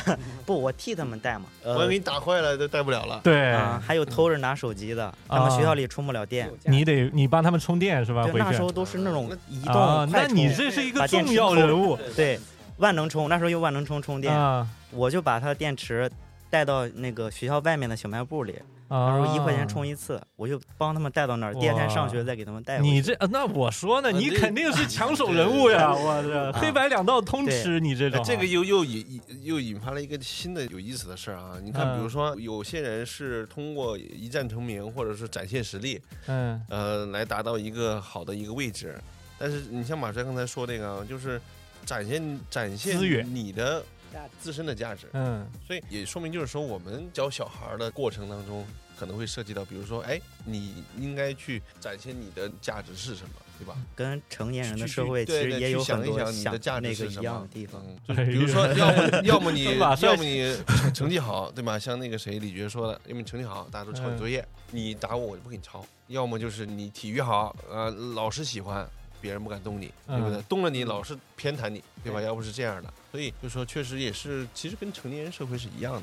S13: 不，我替他们带嘛。呃、
S4: 万一给你打坏了都带不了了。
S1: 对
S13: 啊，还有偷着拿手机的，他们
S1: 啊
S13: 学校里充不了电。
S1: 你得你帮他们充电是吧？
S13: 对，
S1: 回
S13: 那时
S1: 去
S13: 候都是那种移动
S1: 啊
S13: 快
S1: 那
S13: 充
S1: 你这是一个
S13: 把电池
S1: 重要人物
S13: 充对，万能充，那时候用万能充充电
S1: 啊，
S13: 我就把它的电池带到那个学校外面的小卖部里，
S1: 啊
S13: 那时候一块钱充一次，我就帮他们带到那儿，第二天上学再给他们带回去。
S1: 你这呃那我说呢，你肯定是抢手人物 呀！啊我这黑白两道通吃，你这
S4: 哎
S1: 种
S4: 啊
S1: 啊
S4: 这个又又引引又引发了一个新的有意思的事儿啊！你看，
S1: 嗯
S4: 比如说有些人是通过一战成名，或者是展现实力，
S1: 嗯
S4: 呃，来达到一个好的一个位置。但是你像马帅刚才说那个啊，就是展现展现
S1: 资源
S4: 你的自身的价值，
S1: 嗯，
S4: 所以也说明就是说，我们教小孩儿的过程当中，可能会涉及到，比如说，哎，你应该去展现你的价值是什么，对吧？
S13: 跟成年人的
S4: 去
S13: 社会其
S4: 对
S13: 实
S4: 对
S13: 也
S4: 去
S13: 有
S4: 想
S13: 很
S4: 一
S13: 多
S4: 想你的价值
S13: 那
S4: 是
S13: 个
S4: 什
S13: 一
S4: 么
S13: 样的地方。
S1: 嗯
S4: 就是比如 说，要么要么你
S1: 马上
S4: 要么你 成成绩好，对吧？像那个谁李觉说的，要么你成绩好，大家都抄
S1: 嗯
S4: 你作业，你打我我就不给你抄；要么就是你体育好，呃，老师喜欢，别人不敢动你，对不对？
S1: 嗯
S4: 动了你，老师偏袒你，对吧？要不是这样的，所以就说确实也是，其实跟成年人社会是一样的。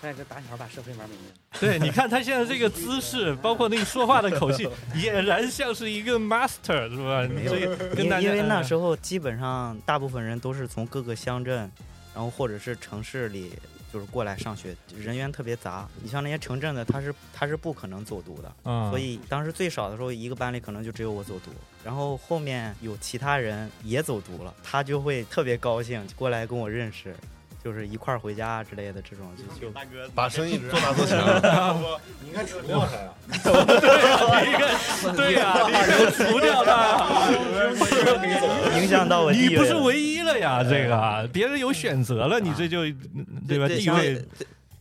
S5: 帅哥打小把社会玩明白。
S1: 对，你看他现在这 个姿势，包括那个说话的口气，俨然像是一个 master 是吧？你这个跟
S13: 因
S1: 大
S13: 为
S4: 嗯
S1: 家
S13: 因为那时
S1: 候
S13: 候基本上大部分人都是从各个乡镇，然后或者是城市里就是过来上学，人员特别杂。你像那些城镇的，他是他是不可能走读的，
S1: 嗯
S13: 所以当时最少的时候，一个班里可能就只有我走读，然后后面有其他人也走读了，他就会特别高兴过来跟我认识。就是一块儿回家之类的这种，就就
S9: 大哥
S4: 把生意做大做强
S9: 你
S14: 应该除掉他 呀
S4: 啊
S1: 对啊呀，你这除掉他，
S13: 影响到我地
S1: 你
S13: 位了。哎
S1: 不是唯一了呀，这个啊别人有选择了，
S13: 啊
S1: 你这就对吧？地位
S13: 像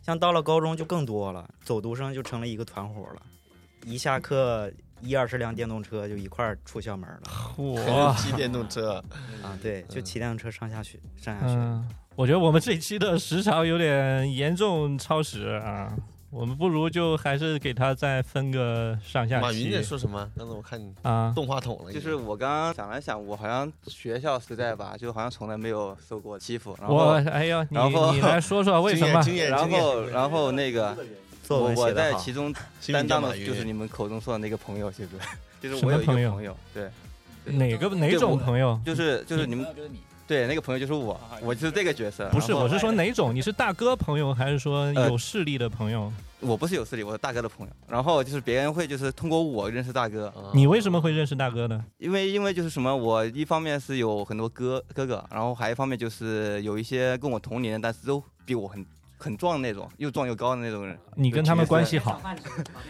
S13: 像到了高中就更多了，走读生就成了一个团伙了，一下课一二十辆电动车就一块儿出校门了。
S1: 哇
S4: 骑电动车嗯
S13: 啊，对，就骑电动车上下学，上下学。
S1: 嗯，我觉得我们这期的时长有点严重超时啊，我们不如就还是给他再分个上下期。
S4: 马云在说什么？刚才我看你
S1: 啊
S4: 动话筒了已
S12: 就
S4: 经，
S12: 是我刚刚想来想，我好像学校时代吧，就好像从来没有受过欺负。然后
S1: 我哎呦你
S12: 然后
S1: 你来说 说为什么经验经验
S12: 然
S1: 经验
S12: 后然后那个
S1: 作
S12: 我
S1: 文
S12: 我
S1: 写得
S12: 在
S1: 好
S12: 其中
S1: 是因为
S12: 担当
S1: 叫马
S12: 的
S1: 云
S12: 就是你们口中说的那个朋友，对不对？就是
S1: 什
S12: 我
S1: 么
S12: 有一个
S1: 朋友
S12: 朋友，对，
S1: 哪个哪种朋
S4: 啊
S1: 友？
S12: 就是就是你们
S2: 朋友就是你
S12: 对那个朋友就是我，我就是这个角色。
S1: 不是，
S12: 然后
S1: 我是说哪种？你是大哥朋友，还是说
S4: 呃
S1: 有势力的朋友？
S12: 我不是有势力，我是大哥的朋友。然后就是别人会就是通过我认识大哥，
S4: 啊
S1: 你为什么会认识大哥呢？
S12: 因为因为就是什么，我一方面是有很多哥哥哥，然后还一方面就是有一些跟我同龄，但是都比我很很壮的那种，又壮又高的那种人。
S1: 你跟他们关系好，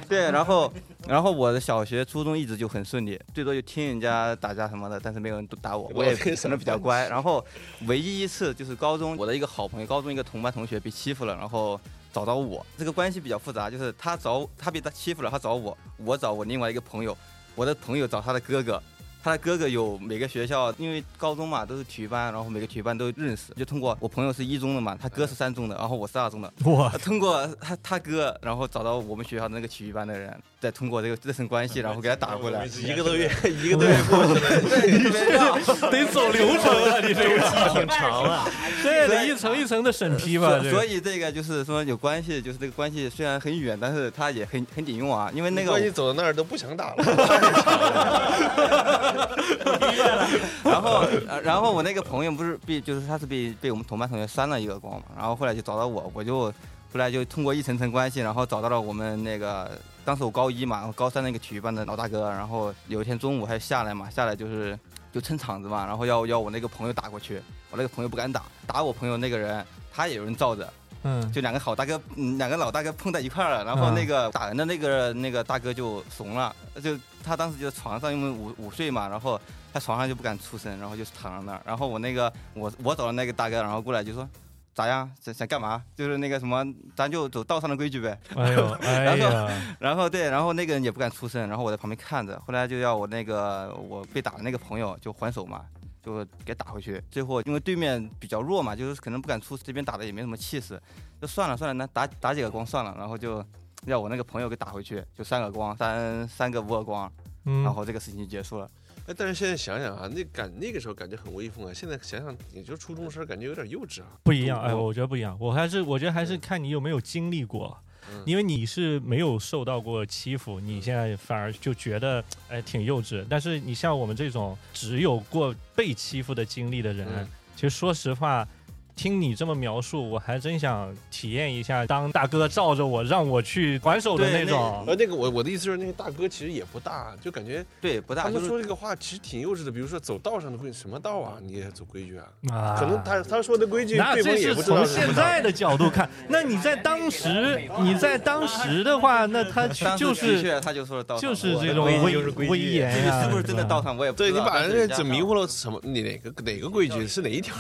S12: 对，然后然后我的小学、初中一直就很顺利，最多就听人家打架什么的，但是没有人打我，我也可能比较乖。然后唯一一次就是高中，我的一个好朋友，高中一个同班同学被欺负了，然后找到我，这个关系比较复杂，就是他找他被他欺负了，他找我，我找我另外一个朋友，我的朋友找他的哥哥。他的哥哥有每个学校，因为高中嘛都是体育班，然后每个体育班都认识，就通过我朋友是一中的嘛，他哥是三中的，然后我是二中的，
S1: 哇
S12: 通过他他哥，然后找到我们学校的那个体育班的人，再通过这个这层关系，然后给他打过来，
S14: 一个多月
S12: 一个多月 过去了，对，特别妙
S1: 得走流程啊，你这个
S12: 挺长啊，
S1: 对得一层一层的审批吧。
S12: 所
S1: 这个
S12: 以所以这个就是说有关系，就是这个关系虽然很远，但是它也很很顶用啊，因为那个
S4: 关系走到那儿都不想打了。
S12: 然后，呃然后我那个朋友不是被，就是他是被被我们同班同学扇了一耳光嘛，然后后来就找到我，我就后来就通过一层层关系，然后找到了我们那个当时我高一嘛，然后高三那个体育班的老大哥，然后有一天中午还下来嘛，下来就是就撑场子嘛，然后要要我那个朋友打过去，我那个朋友不敢打，打我朋友那个人他也有人罩着，
S1: 嗯，
S12: 就两个好大哥，嗯两个老大哥碰在一块儿了，然后
S1: 嗯
S12: 那个打人的那个那个大哥就怂了，就他当时就床上，因为午午睡嘛，然后他床上就不敢出声，然后就躺在那儿，然后我那个我我找的那个大哥，然后过来就说。咋样？想想干嘛？就是那个什么，咱就走道上的规矩呗。
S1: 哎呦哎
S12: 然
S1: 呀
S12: 后，然后对，然后那个人也不敢出声，然后我在旁边看着。后来就要我那个我被打的那个朋友就还手嘛，就给打回去。最后因为对面比较弱嘛，就是可能不敢出，这边打的也没什么气势，就算了算了，那打打几个光算了，然后就让我那个朋友给打回去，就三个光，三三个五个光，
S1: 嗯
S12: 然后这个事情就结束了。
S4: 哎，但是现在想想啊，那感那个时候感觉很威风啊，现在想想也就初中生，感觉有点幼稚啊。
S1: 不一样，哎，我觉得不一样。我还是我觉得还是看你有没有经历过
S4: 嗯，
S1: 因为你是没有受到过欺
S12: 嗯
S1: 负，你现在反而就觉得哎挺幼稚。但是你像我们这种只有过被欺负的经历的人，
S4: 嗯
S1: 其实说实话。听你这么描述，我还真想体验一下当大哥罩着我让我去还手的
S4: 对
S1: 种。
S4: 呃，那个我我的意思就是，那个大哥其实也不大，就感觉
S12: 对不大
S4: 他们
S12: 就是
S4: 说这个话其实挺幼稚的，比如说走道上的规什么道啊，你也走规矩啊。
S1: 啊
S12: 呃
S4: 可能他他说的规矩，
S1: 那
S4: 对方
S1: 这
S4: 也
S1: 是
S4: 不知道
S1: 从
S4: 是什
S1: 现
S4: 么道
S1: 在的角度看，那你在当时，你在当时的话，那他
S12: 当时
S1: 就
S12: 的
S1: 是
S12: 确他就说了道上
S1: 就是
S12: 我的
S1: 这种
S12: 规矩
S1: 威
S12: 就是规矩
S1: 威严
S12: 至于
S1: 呀，
S12: 是不是真的
S1: 吧
S12: 道上我也
S4: 嗯
S12: 不
S4: 对
S12: 知
S4: 你
S12: 道
S4: 把
S12: 但是
S4: 人
S12: 人
S4: 家
S12: 家
S4: 整迷糊了，什么你哪个哪个规矩是哪一条？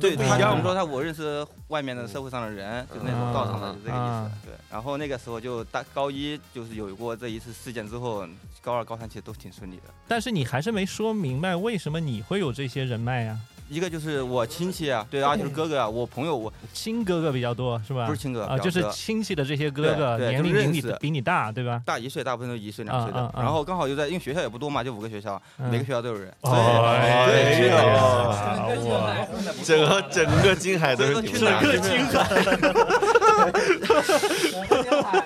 S4: 对，
S12: 他
S4: 一样
S12: 比
S4: 嘛
S12: 如说他我认识外面的社会上的人，就是那种道上的，就这个意
S1: 啊
S12: 思。对，然后那个时候就大高一就是有过这一次事件之后，高二高三其实都挺顺利的。
S1: 但是你还是没说明白为什么你会有这些人脉呀、
S12: 一个就是我亲戚啊，对啊，就是哥哥啊，我朋友我
S1: 亲哥哥比较多是吧？
S12: 不是亲哥
S1: 啊，
S12: 表
S1: 就是
S12: 哥
S1: 亲戚的这些哥哥，
S12: 对对
S1: 年龄
S12: 就
S1: 比
S12: 认
S1: 你
S12: 识
S1: 比你大，对吧？
S12: 大一岁，大部分都一岁两岁
S1: 啊
S12: 的
S1: 啊。啊
S12: 然后刚好就在，因为学校也不多嘛，就五个学校，
S1: 嗯
S12: 每个学校都有人。
S1: 哎
S12: 对
S1: 呀
S12: 对
S1: 哎哇
S4: 整个整个金海都是你们
S12: 整个
S1: 金
S12: 海。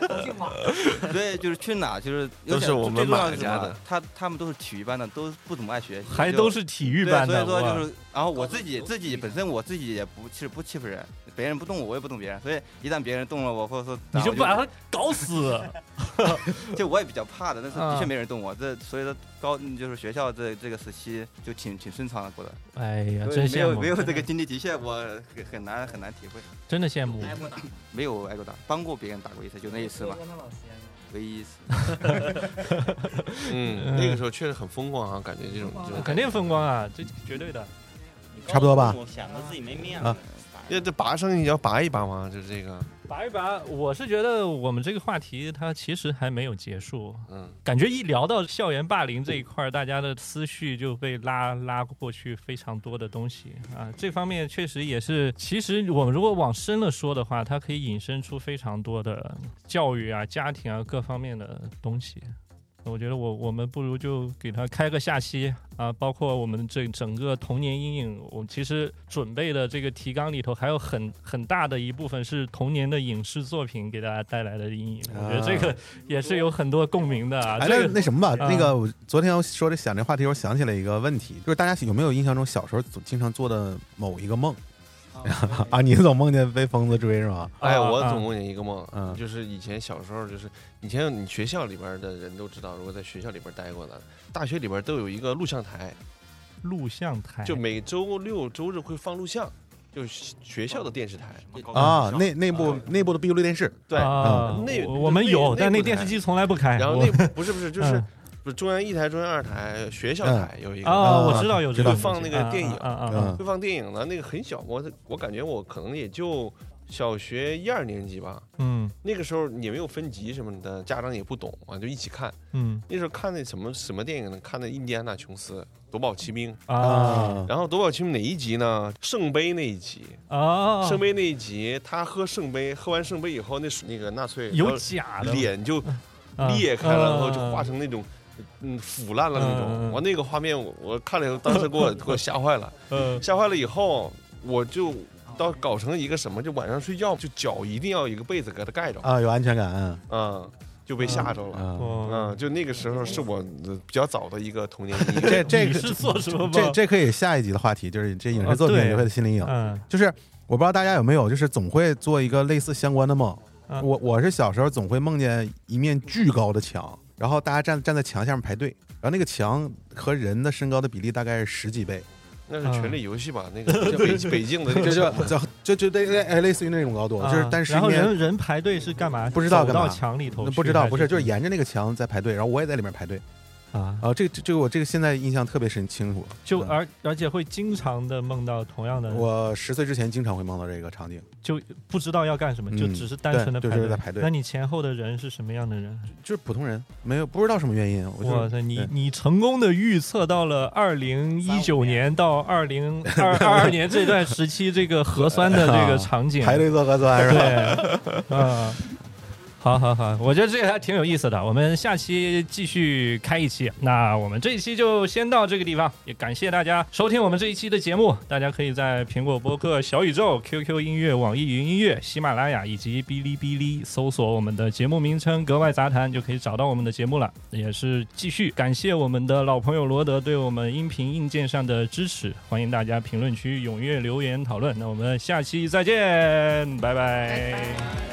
S12: 对，就是去哪就是有
S4: 都是
S12: 点
S4: 我们
S12: 最重要
S4: 马
S12: 是什
S4: 家
S12: 么
S4: 的
S12: 他他们都是体育班的，都不怎么爱学习，
S1: 还
S12: 就
S1: 都是体育
S12: 对
S1: 班的
S12: 所以说就
S1: 哇
S12: 是，然后我自己自己本身我自己也不其实不欺负人，别人不动我，我也不动别人，所以一旦别人动了我，或者说
S1: 你
S12: 就
S1: 就把他搞死。
S12: 就我也比较怕的，但是的确
S1: 嗯
S12: 没人动我，这所以说高就是学校这这个时期就挺挺顺畅的过的。
S1: 哎呀，
S12: 对
S1: 真
S12: 没
S1: 羡
S12: 有
S1: 慕，
S12: 没有这个经历，的确我很很难很难体会。
S1: 真的羡慕。
S12: 没有挨过打，帮过别人打过一次，就那一次吧，唯一一次。
S4: 嗯，那个时候确实很风光啊，感觉这种这种
S1: 肯定风光啊，这绝对的。
S4: 差不多吧
S9: 显得自己没面子
S4: 啊。，要这拔上去要拔一拔吗？就是这个，
S1: 拔一拔，我是觉得我们这个话题它其实还没有结束，
S4: 嗯，
S1: 感觉一聊到校园霸凌这一块儿，大家的思绪就被拉拉过去非常多的东西啊。这方面确实也是，其实我们如果往深了说的话，它可以引申出非常多的教育啊、家庭啊各方面的东西。我觉得我我们不如就给他开个下期啊，包括我们这整个童年阴影，我们其实准备的这个提纲里头还有很很大的一部分是童年的影视作品给大家带来的阴影，我觉得这个
S10: 啊
S1: 也是有很多共鸣的啊。
S10: 哎，
S1: 这
S10: 那
S1: 个
S10: 那什么吧，
S1: 啊
S4: 嗯
S10: 那个我昨天我说这想这话题，我想起来一个问题，就是大家有没有印象中小时候总经常做的某一个梦？啊，你总梦见被疯子追是吗？
S4: 哎，
S1: 啊
S4: 我
S1: 嗯
S4: 总梦见一个梦，就是以前小时候，就是以前你学校里边的人都知道，如果在学校里边待过的，大学里边都有一个录像台，
S1: 录像台
S4: 就每周六周日会放录像，就是学校的电视台
S10: 啊，内内部内部的闭路电视，
S4: 嗯对
S10: 啊，
S4: 那
S1: 我我们有，但那电视机从来不开。
S4: 然后
S1: 我
S4: 那不是不是就是
S1: 嗯。
S4: 不是中央一台、中央二台、学校
S1: 嗯
S4: 台有一个
S1: 啊我知道有这个
S4: 会放那
S1: 东
S4: 个
S1: 西
S4: 电影
S1: 啊啊啊啊，
S4: 会放电影的那个很小，我我感觉我可能也就小学一二年级吧，
S1: 嗯
S4: 那个时候也没有分级什么的，家长也不懂啊，就一起看。
S1: 嗯，
S4: 那时候看那什么什么电影呢？看那《印第安纳琼斯》《夺宝奇兵》
S1: 啊
S4: 然后《夺宝奇兵》哪一集呢？圣杯那一集。
S1: 啊，
S4: 圣杯那一集，他喝圣杯，喝完圣杯以后，那是那个纳粹
S1: 有
S4: 然后
S1: 假的
S4: 脸就
S1: 啊
S4: 裂开了，
S1: 啊
S4: 然后就化成那种嗯腐烂了那
S1: 嗯嗯
S4: 种。我那个画面，我我看了以后，当时给我给 我吓坏了。
S1: 嗯
S4: 吓坏了以后，我就到搞成一个什么，就晚上睡觉就脚一定要有一个被子给它盖着
S10: 啊，有安全感，嗯
S4: 嗯，就被吓着了。
S10: 嗯
S1: 哦
S4: 嗯，就那个时候是我呃比较早的一个童年阴 影。
S10: 这这个这这可以下一集的话题，就是这影视作品
S4: 啊对
S10: 留下的心理阴影。
S4: 嗯
S10: 就是我不知道大家有没有，就是总会做一个类似相关的梦。
S1: 嗯
S10: 我我是小时候总会梦见一面巨高的墙，然后大家站站在墙下面排队，然后那个墙和人的身高的比例大概是十几倍。
S4: 那是权力游戏吧？那个北北京的那
S10: 就
S4: 个
S10: 就就就就类哎类似于那种高度，就是
S1: 啊
S10: 但是
S1: 然后
S10: 一面
S1: 人人排队是干嘛？
S10: 不知道
S1: 啊走
S10: 干嘛
S1: 到墙里头
S10: 那
S1: 去，
S10: 不知道
S1: 还
S10: 不是就是沿着那个墙在排队，然后我也在里面排队
S1: 啊
S10: 啊，这个这个我这个现在印象特别深清楚，
S1: 就而而且会经常的梦到同样的，
S10: 我十岁之前经常会梦到这个场景，
S1: 就不知道要干什么，
S10: 嗯
S1: 就只是单纯的
S10: 对
S1: 排
S10: 就
S1: 队。
S10: 是在排队
S1: 那你前后的人是什么样的人？
S10: 就是普通人，没有不知道什么原因，我就嗯
S1: 哇塞，你
S10: 对
S1: 你成功的预测到了二零一九年到二零二二二年这段时期这个核酸的这 个场景，
S10: 排队做核酸是吧？
S1: 对，啊，好好好，啊我觉得这个还挺有意思的，我们下期继续开一期。那我们这一期就先到这个地方，也感谢大家收听我们这一期的节目。大家可以在苹果播客、小宇宙、QQ 音乐、网易云音乐、喜马拉雅以及哔哩哔哩搜索我们的节目名称“格外杂谈”，就可以找到我们的节目了。也是继续感谢我们的老朋友罗德对我们音频硬件上的支持，欢迎大
S2: 哎
S1: 家评论区踊跃留言讨论。那我们下期再见，拜拜